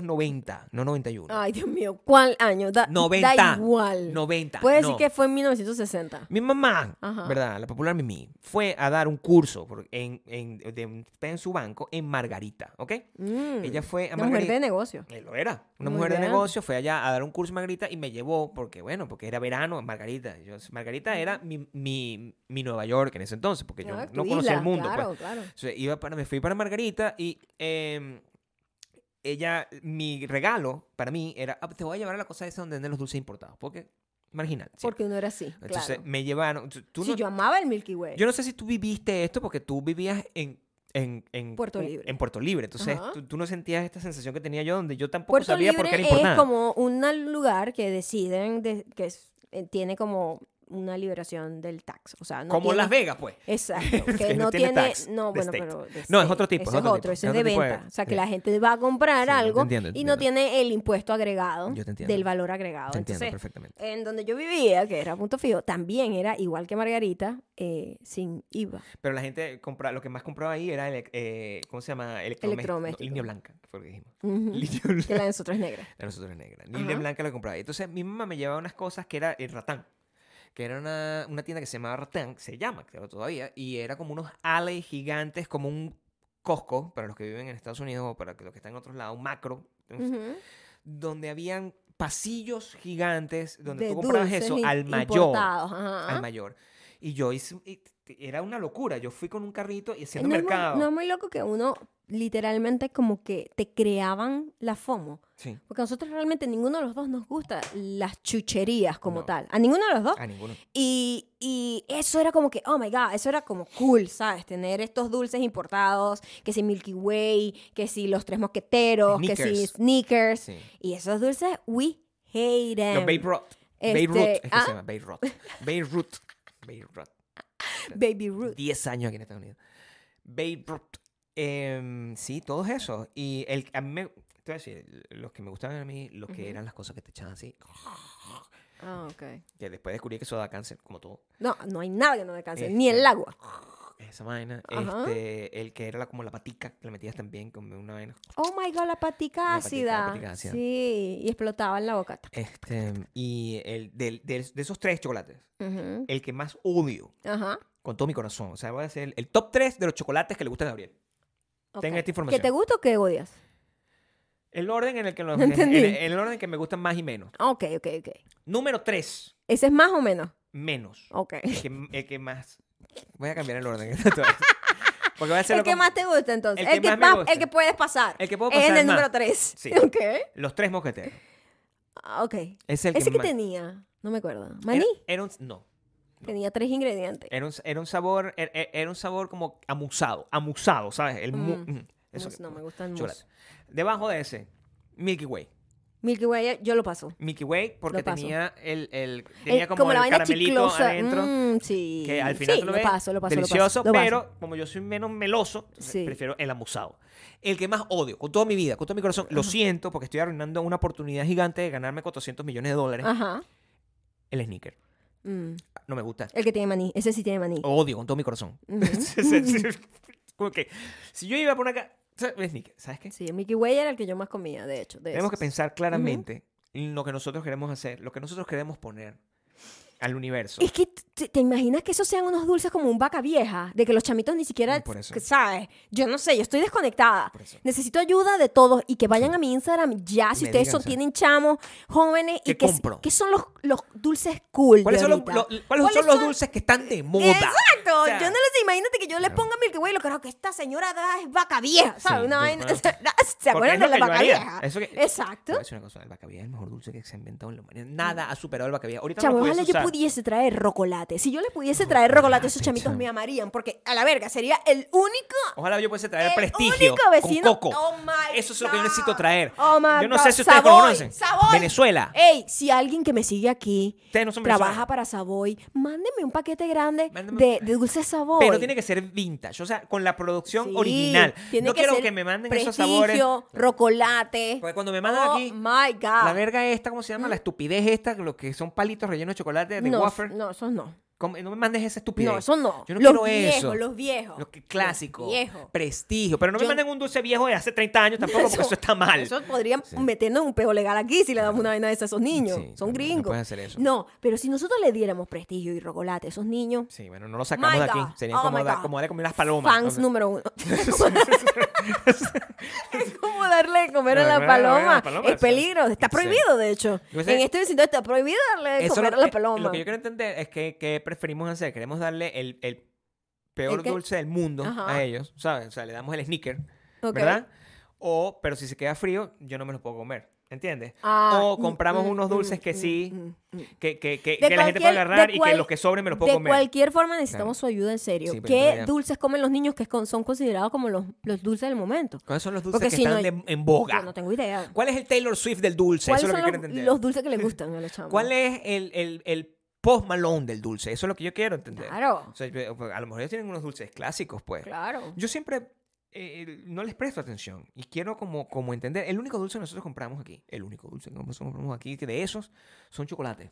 1990, no 91. Ay, Dios mío, ¿cuál año? Da, 90. da igual. 90. Puede no. decir que fue en 1960. Mi mamá, Ajá. ¿verdad? La popular Mimi, fue a dar un curso por- en, en, de un- en su banco en Margarita, ¿ok? Mm, Ella fue a una mujer Margarita. de negocio. Eh, Lo era. Una Muy mujer de bien. negocio fue allá a dar un curso en Margarita y me llevó porque, bueno, porque era verano en Margarita. Yo- Margarita era mi, mi, mi Nueva York en ese entonces, porque yo Ah, no tu conocía pues. isla, el mundo. pues. Claro, claro. Entonces, iba para, me fui para Margarita y eh, em, ella, mi regalo para mí era, "Ah, te voy a llevar a la cosa esa donde venden los dulces importados, porque marginal. siempre. Porque uno era así. Entonces claro. me llevaron, tú- tú sí, no- yo amaba el Milky Way. yo no sé si tú viviste esto porque tú vivías en, en, en Puerto un- Libre. En Puerto Libre. Entonces Ajá. tú, tú no sentías esta sensación que tenía yo donde yo tampoco Puerto sabía Libre por qué era es importante. como un lugar que deciden de- que es- eh, tiene como una liberación del tax. O sea, no Como tiene- Las Vegas, pues. Exacto, que, Que no, no tiene tiene, tax, no, de bueno, state. pero de No, es state. otro tipo, es Ese otro ese tipo, es es de otro tipo de- venta, o sea, que sí. la gente va a comprar Sí, yo te algo entiendo, y te no entiendo. tiene el impuesto agregado Yo te entiendo. del valor agregado. Te entiendo Ah, Entonces, perfectamente. en donde yo vivía, que era Punto Fijo, también era igual que Margarita, eh, sin IVA. Pero la gente compra, lo que más compraba ahí era, ele- eh, ¿cómo se llama? Electromes- Electrodoméstico. no, línea blanca, fue lo que dijimos. Ujú. Línea blanca. que la de nosotros es negra. De nosotros es negra. Línea Ajá. blanca la compraba. ahí. Entonces mi mamá me llevaba unas cosas que era el ratán. Que era una, una tienda que se llamaba Ratán, se llama creo todavía, y era como unos ales gigantes, como un Costco, para los que viven en Estados Unidos o para los que están en otros lados, un macro, Ujú. donde habían pasillos gigantes donde De tú comprabas dulces eso im- al mayor. importados, ajá. Al mayor. Y yo hice. y t- era una locura. Yo fui con un carrito y haciendo no, es muy, mercado. no es muy loco que uno literalmente como que te creaban la FOMO. Sí. Porque a nosotros realmente ninguno de los dos nos gusta las chucherías como No. Ah. tal. A ninguno de los dos. A ninguno. Y, y eso era como que, oh my god, eso era como cool, ¿sabes? Tener estos dulces importados, que si Milky Way, que si los tres mosqueteros, que si Snickers. sneakers. Sí. Y esos dulces, we hate them. Los Beirut. este, Beirut. Es que ah. se llama Beirut. Beirut. Beirut. Baby Ruth. 10 años aquí en Estados Unidos. Beirut. Em, sí, todos esos. Y el, a mí me. Te voy a decir, los que me gustaban a mí, los que Ujú. eran las cosas que te echaban así, Ah, ok. que después descubrí que eso da cáncer, como todo. No, no hay nada que no me canse, ni Este, el agua. Esa vaina. Ajá. Este, el que era la- como la patica, que le metías también como una vaina. Oh my god, la patica La ácida. patica- la patica ácida. Sí, y explotaba en la boca. Este, y el, del- del- de esos tres chocolates, Ujú. el que más odio Ajá. con todo mi corazón. O sea, voy a hacer el, el top 3 de los chocolates que le gusta a Gabriel. ok. Tengo esta ¿Que información. te gusta o que odias? El orden en el que los, No entendí. el, el orden que me gustan más y menos. Ok, ok, ok. Número 3, Ese es más o menos. menos. Ok. El que, el que más. Voy a cambiar el orden. Entonces, Porque voy a hacerlo El que como- más te gusta entonces. El que más me pa- gusta. el que puedes pasar. El que puedo Es en pasar el más. número 3. Sí. Ok. Los tres mosqueteros. Ah, Ok. Es el Ese que más- tenía, no me acuerdo. era- Maní. era un- no. Tenía tres ingredientes. Era un, era un sabor, era, era un sabor como amusado, amusado, ¿sabes? El mu- Mm. mm, eso Mousse, que- no, me gusta el mousse. chocolate. Debajo de ese, Milky Way. Milky Way, yo lo paso. Mickey Way porque Lo paso. tenía el, el tenía Eh, como, el caramelito chiclosa. adentro Mm, sí. que al final sí, tú lo, ves paso, lo paso, lo paso, delicioso lo paso. pero como yo soy menos meloso entonces Sí. prefiero el amusado el que más odio con toda mi vida con todo mi corazón lo siento porque estoy arruinando una oportunidad gigante de ganarme 400 millones de dólares Ajá. el sneaker Mm. no me gusta El que tiene maní. Ese sí tiene maní. odio con todo mi corazón Ujú. como que si yo iba por una ca- el sneaker sabes qué Sí, el Milky Way era el que yo más comía, de hecho. de Tenemos que esos. pensar claramente en lo que nosotros queremos hacer, lo que nosotros queremos poner al universo. Es que t- te, te imaginas que esos sean unos dulces como un vaca vieja, de que los chamitos ni siquiera, Mm, por eso. que, ¿sabes? Yo no sé, yo estoy desconectada. Por eso. Necesito ayuda de todos y que vayan Sí. a mi Instagram ya, si me ustedes digan, son, ¿sabes? tienen chamos jóvenes y ¿Qué que, compro? ¿qué son los, los dulces cool. ¿Cuáles de son, los, ahorita? lo- cuáles son los dulces que están de moda? Exacto, O sea, yo no lo sé, imagínate que yo le claro. ponga Milky Way y lo que creo que esta señora da es vaca vieja, ¿sabes? Sí, Una yo vaina- conozco. ¿Se acuerdan Porque de es lo la que yo vaca haría. vieja? Eso que- Te voy Exacto. a decir una cosa, el bacabía es el mejor dulce que se ha inventado en la humanidad. Nada ha superado el bacabía. Ahorita Chamo, no lo puedes ojalá yo usar. pudiese traer rocolate. Si yo le pudiese traer rocolate, esos Rocolate, chamitos chamo. me amarían. Porque, a la verga, sería el único. Ojalá yo pudiese traer el prestigio único vecino. con coco. Oh my Eso es lo que yo God. necesito traer. Oh my yo no God. sé si ustedes Savoy, lo conocen. Savoy. Venezuela. Ey, si alguien que me sigue aquí Ustedes no son trabaja venezolanos. para Savoy, mándeme un paquete grande Mándame de, un- de dulces Savoy. Pero tiene que ser vintage, o sea, con la producción Sí, original. tiene No quiero ser que me manden esos sabores. prestigio, rocolate. Porque cuando me mandan oh aquí, my God. La verga esta, ¿cómo se llama? La estupidez esta, lo que son palitos rellenos de chocolate de no, wafer. No, eso no. ¿Cómo- No me mandes esa estupidez. No, eso no. Yo no los quiero viejos, eso. Los viejos. Lo que clásico. Viejo. Prestigio. Pero no me Yo- manden un dulce viejo de hace 30 años tampoco, porque eso está mal. Eso podrían meternos un peo legal aquí si le damos una vaina de esas a esos niños. Sí, Son no, no gringos. puedes hacer eso. No, pero si nosotros le diéramos prestigio y rocolate a esos niños. Sí, bueno, no lo sacamos my de aquí. God, Sería oh como, my dar, God. como darle comer a las palomas. Fans Entonces, número uno. es como darle de comer a Darle la de comer a paloma. la paloma, Es o sea, peligro. Está sí. prohibido, de hecho. Yo sé- En este vecindario está prohibido darle de eso comer lo- a la eh, paloma. Lo que yo quiero entender es que, que preferimos hacer. Queremos darle el, el peor qué? dulce del mundo Ajá. a ellos, ¿sabes? O sea, le damos el sneaker, Ok. ¿verdad? O, pero si se queda frío, yo no me los puedo comer. ¿Entiendes? Ah, o mm, compramos mm, unos dulces mm, que mm, sí, mm, mm. que, que, que, De que la gente pueda cualquier- agarrar de y que cual- los que sobren me los puedo De comer. cualquier forma necesitamos su ayuda, en serio. Sí, pero ¿Qué ya- dulces comen los niños que con- son considerados como los, los dulces del momento? ¿Cuáles son los dulces Porque que si no- están de- en boga? Yo no tengo idea. ¿Cuál es el Taylor Swift del dulce? Eso ¿Cuáles es lo que son quiero los, entender. los dulces que le gustan a los chamos? ¿Cuál es el, el, el post Malone del dulce? Eso es lo que yo quiero entender. Claro, O sea, yo- pues, a lo mejor ellos tienen unos dulces clásicos, pues. claro. Yo siempre eh, no les presto atención y quiero como, como entender. El único dulce que nosotros compramos aquí, el único dulce que nosotros compramos aquí, que de esos son chocolates.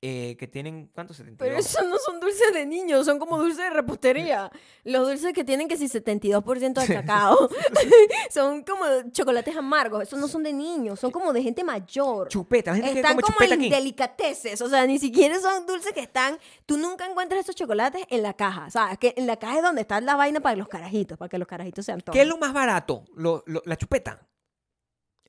Eh, que tienen, ¿cuántos? 72. Pero esos no son dulces de niños, son como dulces de repostería. Los dulces que tienen que si 72% de cacao. son como chocolates amargos. Esos no son de niños, son como de gente mayor. Chupeta, la gente que Están come como chupeta en aquí. delicateces, o sea, ni siquiera son dulces que están. Tú nunca encuentras esos chocolates en la caja, ¿sabes? Que en la caja es donde está la vaina para los carajitos, para que los carajitos sean todos. ¿Qué es lo más barato? Lo- lo- la chupeta.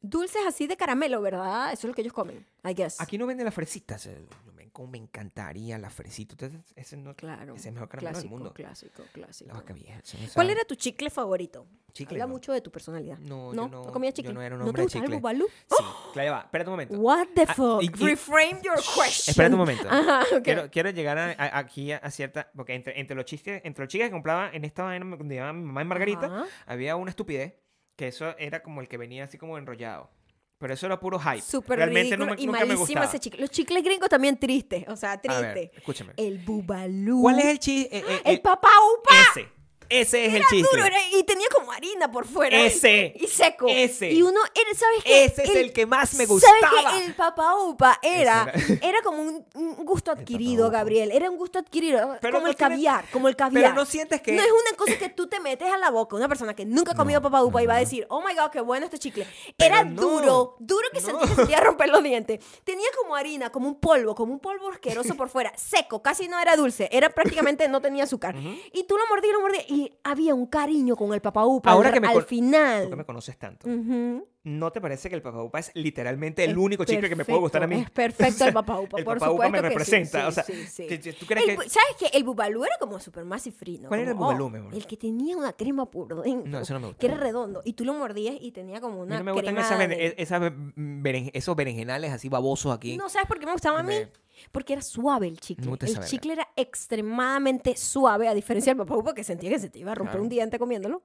Dulces así de caramelo, ¿verdad? Eso es lo que ellos comen, I guess. Aquí no venden las fresitas. eh, Me, como me encantaría la fresita. Ustedes- ese no- claro. ese es el mejor caramelo del clásico, mundo. clásico, clásico. La vaca vieja. eso no ¿Cuál sabe. era tu chicle favorito? Chicle, Habla no. mucho de tu personalidad. No, no, yo no- comía yo chicle. no era un te hombre de gusta algo, chicle. Balú? Sí, Claudia, va. Espérate un momento. What the Ah, fuck? y- y- Reframe your question. Espérate un momento. Ajá, ok. Quiero, quiero llegar a- a- aquí a, a cierta. Porque entre, entre los chistes, entre los chicas que compraba en esta vaina donde llevaba mi mamá y Margarita, Ajá. había una estupidez que eso era como el que venía así como enrollado. Pero eso era puro hype. Súper Realmente ridículo nunca- y nunca me malísimo gustaba. ese chicle. Los chicles gringos también tristes, o sea, A triste. ver, escúchame. El bubalú. ¿Cuál es el chiste? El papá upa. Ese. Ese es Era el chiste. duro, era- y tenía como harina por fuera. Ese. Y seco. Ese. Y uno, era, ¿sabes qué? Ese es el que más me ¿Sabes gustaba. qué? El papá upa era, Ese era. como un, un gusto adquirido, Upa. Gabriel. Era un gusto adquirido. Pero como no el tiene- caviar. Como el caviar. no sientes que- No es una cosa que tú te metes a la boca. Una persona que nunca ha comido papá upa y va a decir, oh my god, qué bueno este chicle. Pero era no. duro. Duro que No. sentí que se te iba a romper los dientes. Tenía como harina, como un polvo, como un polvo asqueroso por fuera. Seco. Casi no era dulce. Era prácticamente no tenía azúcar. Y tú lo mordías, lo mordías. Y había un cariño con el papá upa. Ahora al, que me al con- final. Tú que me conoces tanto. Ujú. ¿No te parece que el Papa Upa es literalmente el Mm. Es único chicle que me puede gustar a mí? perfecto, Es perfecto el Papa Upa, el por Papa Upa supuesto que me sí, representa. sí, o sea, sí, sí. que- que ¿tú crees El que.? bu- ¿Sabes qué? El Bubalú era como super más frino. ¿Cuál era como, el Bubalú, oh, mi amor? El que tenía una crema por dentro. No, eso no me gusta. Que era redondo. Y tú lo mordías y tenía como A mí una no me gustan crema esas beren- de- e- esas beren- esos berenjenales así babosos aquí. No, ¿sabes por qué me gustaba a mí? Me- Porque era suave el chicle. Me gusta el esa verga. chicle era extremadamente suave, a diferencia del Papa Upa, que sentía que se te iba a romper Claro. un diente comiéndolo.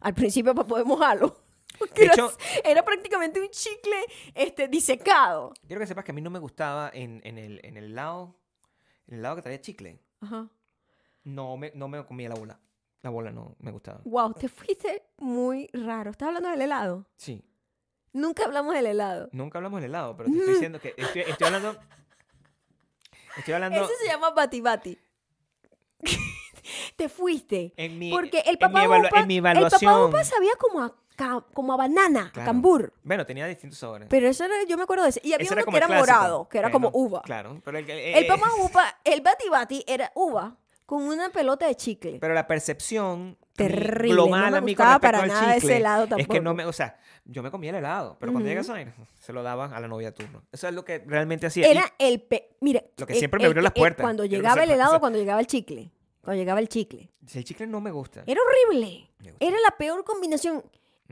Al principio para poder mojarlo. Porque De era, hecho- era prácticamente un chicle este, disecado. Quiero que sepas que a mí no me gustaba en, en el, en el lado en el lado que traía chicle. Ajá. No me, no me comía la bola. La bola no me gustaba. Wow, te fuiste muy raro. ¿Estás hablando del helado? Sí. Nunca hablamos del helado. Nunca hablamos del helado, pero te Mm. estoy diciendo que estoy, estoy hablando. Estoy hablando. Ese se llama Bati Bati. te fuiste. En mi, Porque el en mi papá, evalua- upa, en mi el evaluación. papá upa sabía como a, ca- como a banana, a Claro. cambur. Bueno, tenía distintos sabores. Pero eso era, yo me acuerdo de ese. Y había Ese uno como que el era clásico. morado, que era Bueno, como uva. Claro, pero el, que- El eh, papá upa, el Bati Bati era uva con una pelota de chicle. Pero la percepción a mí, Terrible, global no me a mí con gustaba respecto para al nada ese chicle, helado Es que tampoco. no me, o sea, yo me comía el helado, pero cuando llega esa vaina, se lo daba a la novia de turno. Eso es lo que realmente hacía. Y- Era el pe- mira, Lo que el- siempre me el abrió que- las el- puertas. Cuando Yo no llegaba sé, el helado, o sea- cuando llegaba el chicle. Cuando llegaba el chicle. si el chicle no me gusta. Era horrible. Me gusta. Era la peor combinación.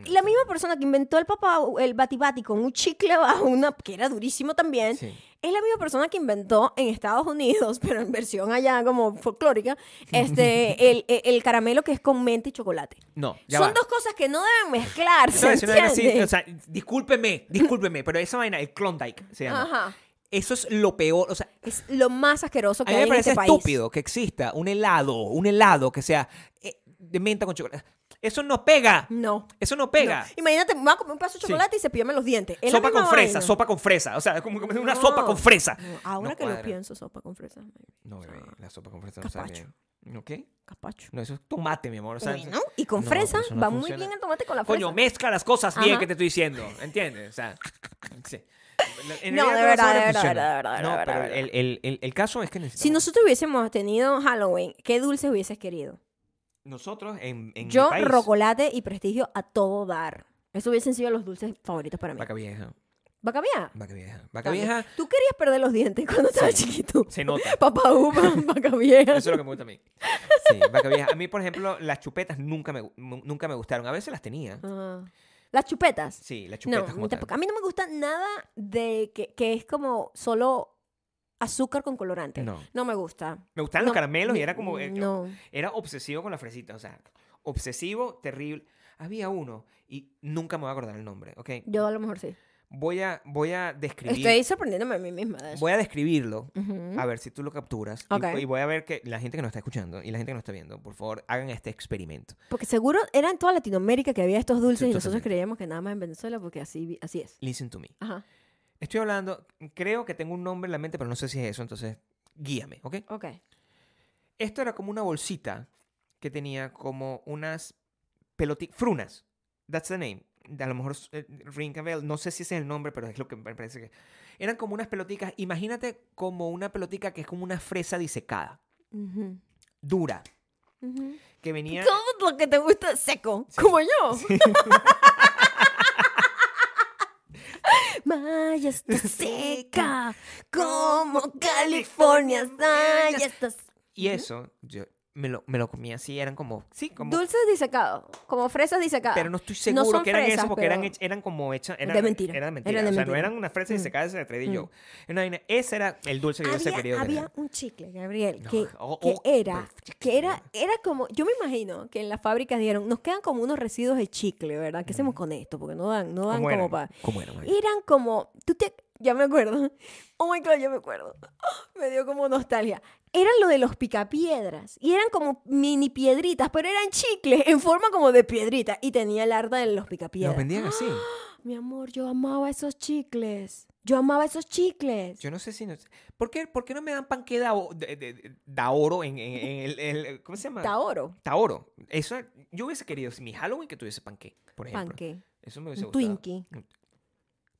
La misma persona que inventó el papá, el batibati con un chicle abajo, una, que era durísimo también, Sí. es la misma persona que inventó en Estados Unidos, pero en versión allá como folclórica, este, el, el- el caramelo que es con menta y chocolate. No, ya Son va. dos cosas que no deben mezclarse. No, es una vaina así, ¿entiendes? o sea, discúlpeme, discúlpeme, pero esa vaina, el Klondike se llama. Ajá. Eso es lo peor, o sea, Es lo más asqueroso a que mí hay me en parece este país. estúpido que exista un helado, un helado que sea eh, de menta con chocolate. Eso no pega. No. Eso no pega. No. Imagínate, me voy a comer un pedazo de Sí. chocolate y cepillarme los dientes. Es la Sopa misma con fresa, vaina. sopa con fresa. O sea, es como comer una No. sopa con fresa. No, ahora No que lo cuadra. pienso, sopa con fresa. No, bebé, la sopa con fresa no Capacho. sale bien. ¿Ok? Capacho. No, eso es tomate, mi amor. o sea, Bueno, y con No, fresa eso no va muy funciona. bien el tomate con la fresa. Coño, mezcla las cosas bien Ajá. que te estoy diciendo. ¿Entiendes? O sea. sí. En No, de realidad verdad, todas las de horas verdad, funcionan. de verdad, de No, verdad, pero de el, el, el, el caso es que si necesitamos. nosotros hubiésemos tenido Halloween, ¿qué dulces hubieses querido? Nosotros en, en Yo, mi país. rocolate y prestigio a todo dar. Eso hubiesen sido los dulces favoritos para mí. Vaca vieja. Vaca vieja. Vaca vieja. Vaca vieja. Tú querías perder los dientes cuando estabas chiquito. Se nota. Papá uva, vaca vieja. Eso es lo que me gusta a mí. Sí, vaca vieja. A mí, por ejemplo, las chupetas nunca me, nu- nunca me gustaron. A veces las tenía. Ah. Las chupetas. Sí, las No, chupetas como tal. tampoco. a mí no me gusta nada de que, que es como solo azúcar con colorante. No. me gusta. Me gustaban No, los caramelos y ni- era como... eh, No. Era obsesivo con la fresita. O sea, obsesivo, terrible. Había uno y nunca me voy a acordar el nombre, ¿ok? Yo a lo mejor sí. Voy a, voy a describir... Estoy sorprendiéndome a mí misma de eso. Voy a describirlo. Ujú. A ver si tú lo capturas. y- Ok. Y, voy a ver que la gente que nos está escuchando y la gente que nos está viendo, por favor, hagan este experimento. Porque seguro era en toda Latinoamérica que había estos dulces y Sí, nosotros totalmente. creíamos que nada más en Venezuela porque así, vi- así es. Listen to me. Ajá. Estoy hablando, creo que tengo un nombre en la mente, pero no sé si es eso, entonces guíame, ¿ok? Ok. Esto era como una bolsita que tenía como unas pelotitas, frunas. That's the name. A lo mejor eh, ring a bell, no sé si ese es el nombre, pero es lo que me parece que. Eran como unas pelotitas, imagínate como una pelotica que es como una fresa disecada, Ujú. dura, Ujú. que venía. Todo lo que te gusta seco, Sí. como yo. Maya está seca, como California está. Ya estás. Y eso, yo me lo, me lo comía así, eran como. Sí, como. Dulces disecados, como fresas disecadas. Pero no estoy ah, No seguro son que eran fresas, eso porque eran, pero- hech- eran como hechas. Eran, De mentira. Eran mentiras. Eran de o sea, mentira. no eran una fresa disecada de Trader Mm. Joe. Era una vaina- Ese era el dulce que yo hubiese querido había, tener. había un chicle, Gabriel, No, que, o- que o- era, pero- que era, era como, yo me imagino que en las fábricas dijeron, nos quedan como unos residuos de chicle, ¿verdad? ¿Qué hacemos con esto? Porque no dan, no dan ¿Cómo como eran? para. ¿Cómo eran? María? Eran como, tú te, ya me acuerdo. Oh my god, ya me acuerdo. Me dio como nostalgia. Eran lo de los picapiedras y eran como mini piedritas, pero eran chicles en forma como de piedrita y tenía el harta de los Los picapiedras. vendían así. Mi amor, yo amaba esos chicles. Yo amaba esos chicles. Yo no sé si. No, ¿por, qué, por qué no me dan panque da, de, de- de- da oro en, en- en el, el- ¿Cómo se llama? Taoro, Taoro. Eso, yo hubiese querido si mi Halloween que tuviese panque, por ejemplo. panque, Eso me hubiese un gustado. Twinkie,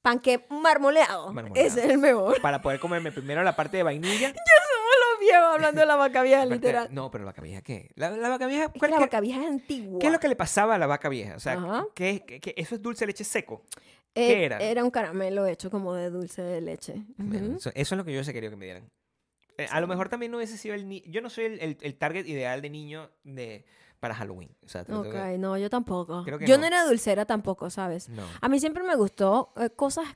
panque marmoleado. Marmoleado. Ese es el mejor. Para poder comerme primero la parte de vainilla. Somos los viejos hablando de la vaca vieja, Aparte- literal. No, pero la vaca vieja, ¿qué? La, la vaca vieja, Es que ¿cuál- la qué- vaca vieja es antigua. ¿Qué es lo que le pasaba a la vaca vieja? O Ajá. sea, ¿qué, qué- qué- eso es dulce de leche seco? Eh, ¿Qué era? un caramelo hecho como de dulce de leche. Bueno, Ujú. eso, eso es lo que yo hubiese querido que me dieran. Eh, A lo mejor también no hubiese sido el niño. Yo no soy el, el- el target ideal de niño de, para Halloween. O sea, te lo tengo que- Ok, no, yo tampoco. Creo que Yo no. no. Mm. era dulcera tampoco, ¿sabes? No. A mí siempre me gustó eh, cosas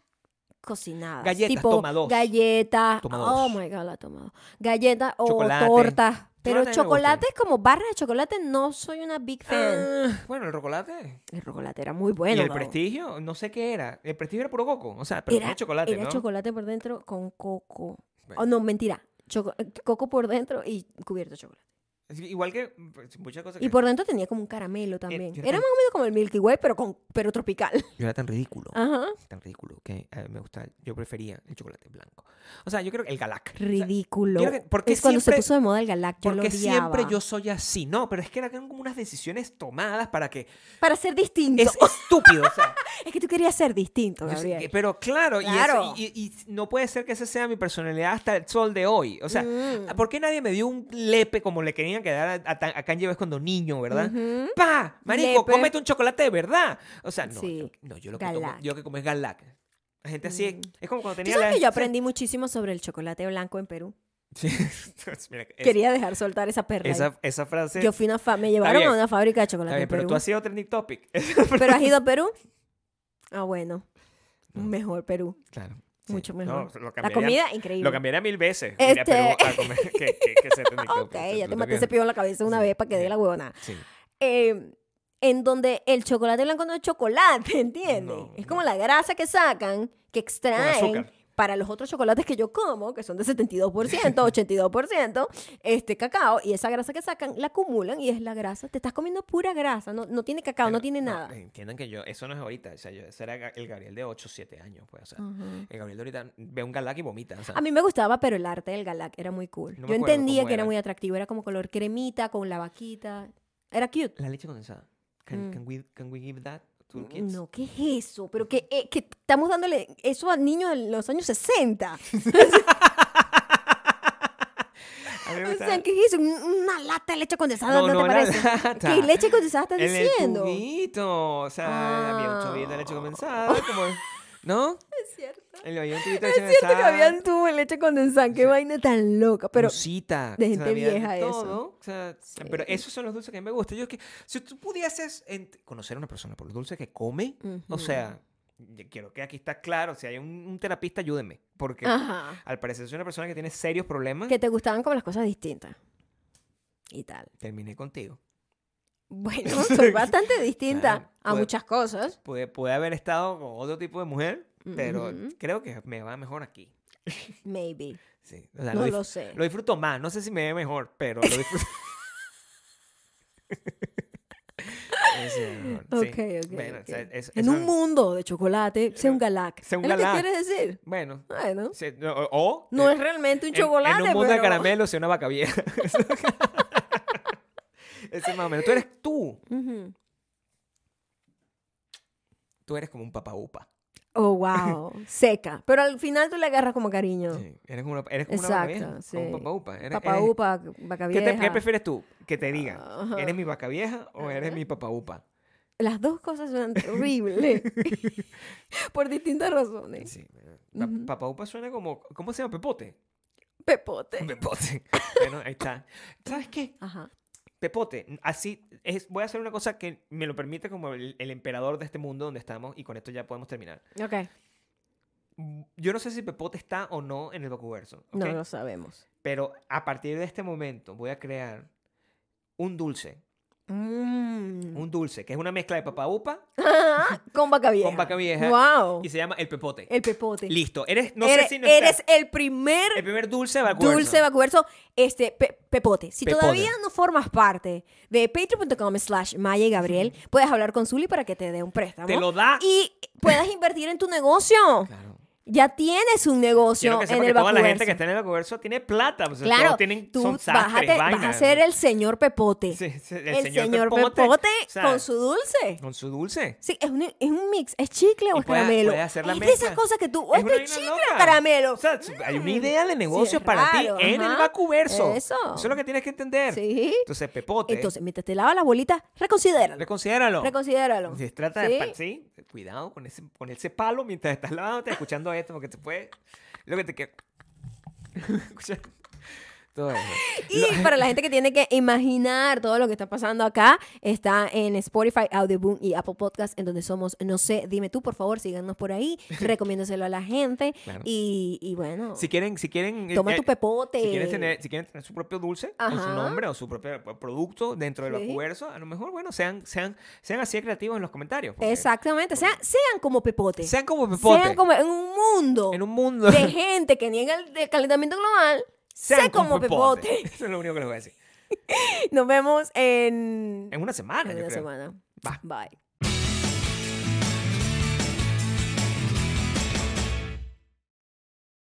cocinadas. Galletas, tipo toma dos. Galletas. Toma Oh dos. my god, la toma dos. Galletas o Chocolate. tortas. Pero Chocolate a mí me gusta. chocolates como barras de chocolate no soy una big fan. Ah, bueno, el chocolate. El chocolate era muy bueno. y el babo. prestigio, no sé qué era. El prestigio era puro coco. O sea, pero era, chocolate, era ¿no? chocolate por dentro con coco. Bueno. Oh, no, mentira. Choco- coco por dentro y cubierto de chocolate. Es que Igual que pues, muchas cosas. Y que- por dentro tenía como un caramelo también. yo Era era- más o menos como el Milky Way, pero, con, pero tropical. Yo era tan ridículo. Ajá. Tan ridículo que eh, me gusta. Yo prefería el chocolate blanco. O sea, yo creo que el galac. Ridículo. Yo creo que- ¿por qué es cuando se siempre- puso de moda el Galac. Yo lo Porque odiaba. siempre yo soy así. No, pero es que eran como unas decisiones tomadas para que. Para ser distinto. Es Es, estúpido, o sea. que tú querías ser distinto, yo sé Gabriel. que- pero claro, y eso- Claro. Y, y- y no puede ser que esa sea mi personalidad hasta el sol de hoy. O sea, ah, Mm. ¿por qué nadie me dio un lepe como le querían quedar a, a, tan- a Kanye West cuando niño, verdad? Ujú. ¡Pa! Marico, Lepe. cómete un chocolate de verdad. O sea, no, Sí. yo, no, yo lo que como, Galac. yo que como es galac. La gente así, Mm. es como cuando Tú tenía sabes la... que yo aprendí muchísimo sobre el chocolate blanco en Perú. Sí. Pues Mira, es- Quería dejar soltar esa perla. ahí. esa, esa frase... Yo fui a una fa- me llevaron bien. a una fábrica de Está chocolate bien, en Perú. pero tú has sido trending topic. ¿Pero has ido a Perú? Ah, bueno. No. Mejor Perú. claro. Mucho No, mejor. lo La cambiaría- comida, increíble. Lo cambiaría mil veces. Este- Ir a Perú a comer, que, que, que sea trending Ok, topic. O sea, ya te lo maté cambiaría. ese pido en la cabeza una Sí, vez para que dé sí. la huevonada. Sí. eh, en donde el chocolate blanco no es chocolate, ¿entiendes? No, es no. como la grasa que sacan, que extraen azúcar. para los otros chocolates que yo como, que son de 72%, 82%, este cacao, y esa grasa que sacan la acumulan y es la grasa. Te estás comiendo pura grasa, no, no tiene cacao, no Pero, eh, tiene nada. Entiendan que yo, eso no es ahorita. O sea, yo, ese era el Gabriel de 8, 7 años. Pues, o sea, Ajá. el Gabriel de ahorita ve un galac y vomita. O sea, Mm. A mí me gustaba, pero el arte del galac era muy cool. No me yo acuerdo entendía cómo que era era. muy atractivo, era como color cremita, con la vaquita. Era cute. la leche condensada. Can, Mm. can we, can we give that to the kids? No, ¿qué es eso? Pero que, eh, que estamos dándole eso a niños de los años 60. A mí me O gusta- sea, ¿qué es eso? Un- Una lata de leche condensada, ¿no, No, te no, la parece? lata. ¿Qué leche condensada estás en el diciendo? Ah. tubito. O sea, había un tubito de leche condensada. Como, ¿No? Es cierto. Le había un tubito de Es leche cierto que condensada, habían tubo de leche condensada. Qué vaina tan loca. Pero de Musita, o sea, gente había de vieja eso. todo, o sea, Pero esos son los dulces que a mí me gustan. Yo es que, si tú pudieses ent- conocer a una persona por los dulces que come, o Ujú. sea, yo quiero que aquí está claro, si hay un, un terapista, ayúdeme. Porque Ajá. al parecer soy una persona que tiene serios problemas. que te gustaban como las cosas distintas. Y tal. Terminé contigo. Bueno, soy bastante distinta Claro, pues a puede- muchas cosas. Pude, pude haber estado con otro tipo de mujer, pero Ujú. creo que me va mejor aquí. Maybe. Sí, o sea, no lo, dif- lo sé. lo disfruto más. No sé si me ve mejor, pero lo disfruto. Ese es mejor, sí. Ok, ok, Bueno, ok. o sea, es- en eso- un mundo de chocolate, sea un galac. sea un ¿Es lo que galac. quieres decir? Bueno, Bueno. sí, no, o, o- No eh, es realmente un en- chocolate, En, un mundo de pero- caramelo, soy una vaca vieja. Ese es más o menos. Tú eres tú. Ujú. Tú eres como un papá upa. Oh, wow. Seca. Pero al final tú le agarras como cariño. Sí, Eres como una, eres como una vaca Exacto, vieja, como un sí. papá upa. Eres- Papá eres- upa, vaca ¿Qué, te- vieja. qué prefieres tú? Que te digan, Ajá. ¿eres mi vaca vieja o eres mi papá upa? Las dos cosas son horribles. Por distintas razones. Sí. Pa- Papá upa suena como, ¿cómo se llama? Pepote. Pepote. Pepote. bueno, ahí está. ¿Sabes qué? Ajá. Pepote, así, es, voy a hacer una cosa que me lo permite como el, el emperador de este mundo donde estamos y con esto ya podemos terminar. Ok. Mm, Yo no sé si Pepote está o no en el Bakuverso, ¿ok? No lo sabemos. pero a partir de este momento voy a crear un dulce, Mm. un dulce, que es una mezcla de papá upa Con vaca vieja. con vaca vieja Wow. y se llama el Pepote. El pepote. Listo. Eres, no Oh. eres sé si no eres está. el primer el primer dulce de Valcuerzo. dulce vacuverso, este, pe- pepote. Si Pepote. todavía no formas parte de patreon.com slash Maya y Gabriel, puedes hablar con Zuli para que te dé un préstamo. Te lo da. Y puedas invertir en tu negocio. Claro. Ya tienes un Quiero negocio que sepa en que el toda la vacuverso. gente que está en el Bacuverso tiene plata. pues, o sea, Claro, todos tienen, tú son vas a sastres, te- vas vainas, a ser ¿no? el señor pepote. Sí, sí, el, el, señor, pepote, o sea, con su dulce. con su dulce. Sí, es un, es un mix. Es chicle o Y es puede- caramelo. puede hacer la es de mezcla. esas cosas que tú. O Es esto una es vaina chicle loca. o caramelo. O sea, hay una idea de es negocios para ti raro, en el ajá. Bacuverso. Eso. es lo que tienes que entender. Sí. Entonces, Pepote, Entonces, mientras te lavas las bolitas, reconsidéralo. reconsidéralo. Reconsidéralo. Se trata ¿Sí? de... pa- Sí, cuidado con ese, con ese palo mientras estás lavándote, escuchando esto, porque te puede... Lo que te queda... Escucha- Todo eso. Y para la gente que tiene que imaginar todo lo que está pasando acá, está en Spotify, Audioboom y Apple Podcast, en donde somos No sé, dime tú, por favor, síganos por ahí, recomiéndoselo a la gente. Claro. Y, y bueno, Si quieren, si quieren... eh, toma eh, tu pepote. Si quieren, tener, si quieren tener su propio dulce, con su Este, Ajá. nombre o su propio producto dentro del Sí. vacuverso, a lo mejor, bueno, sean, sean, sean así de creativos en los comentarios. porque- Exactamente, sean, sean como pepote. Sean como Pepote. Sean como en un mundo En un mundo. de gente que niega el, el calentamiento global. Sé como pepote. Eso es lo único que les voy a decir. Nos vemos en, En una semana, en yo una creo. semana. Va. Bye.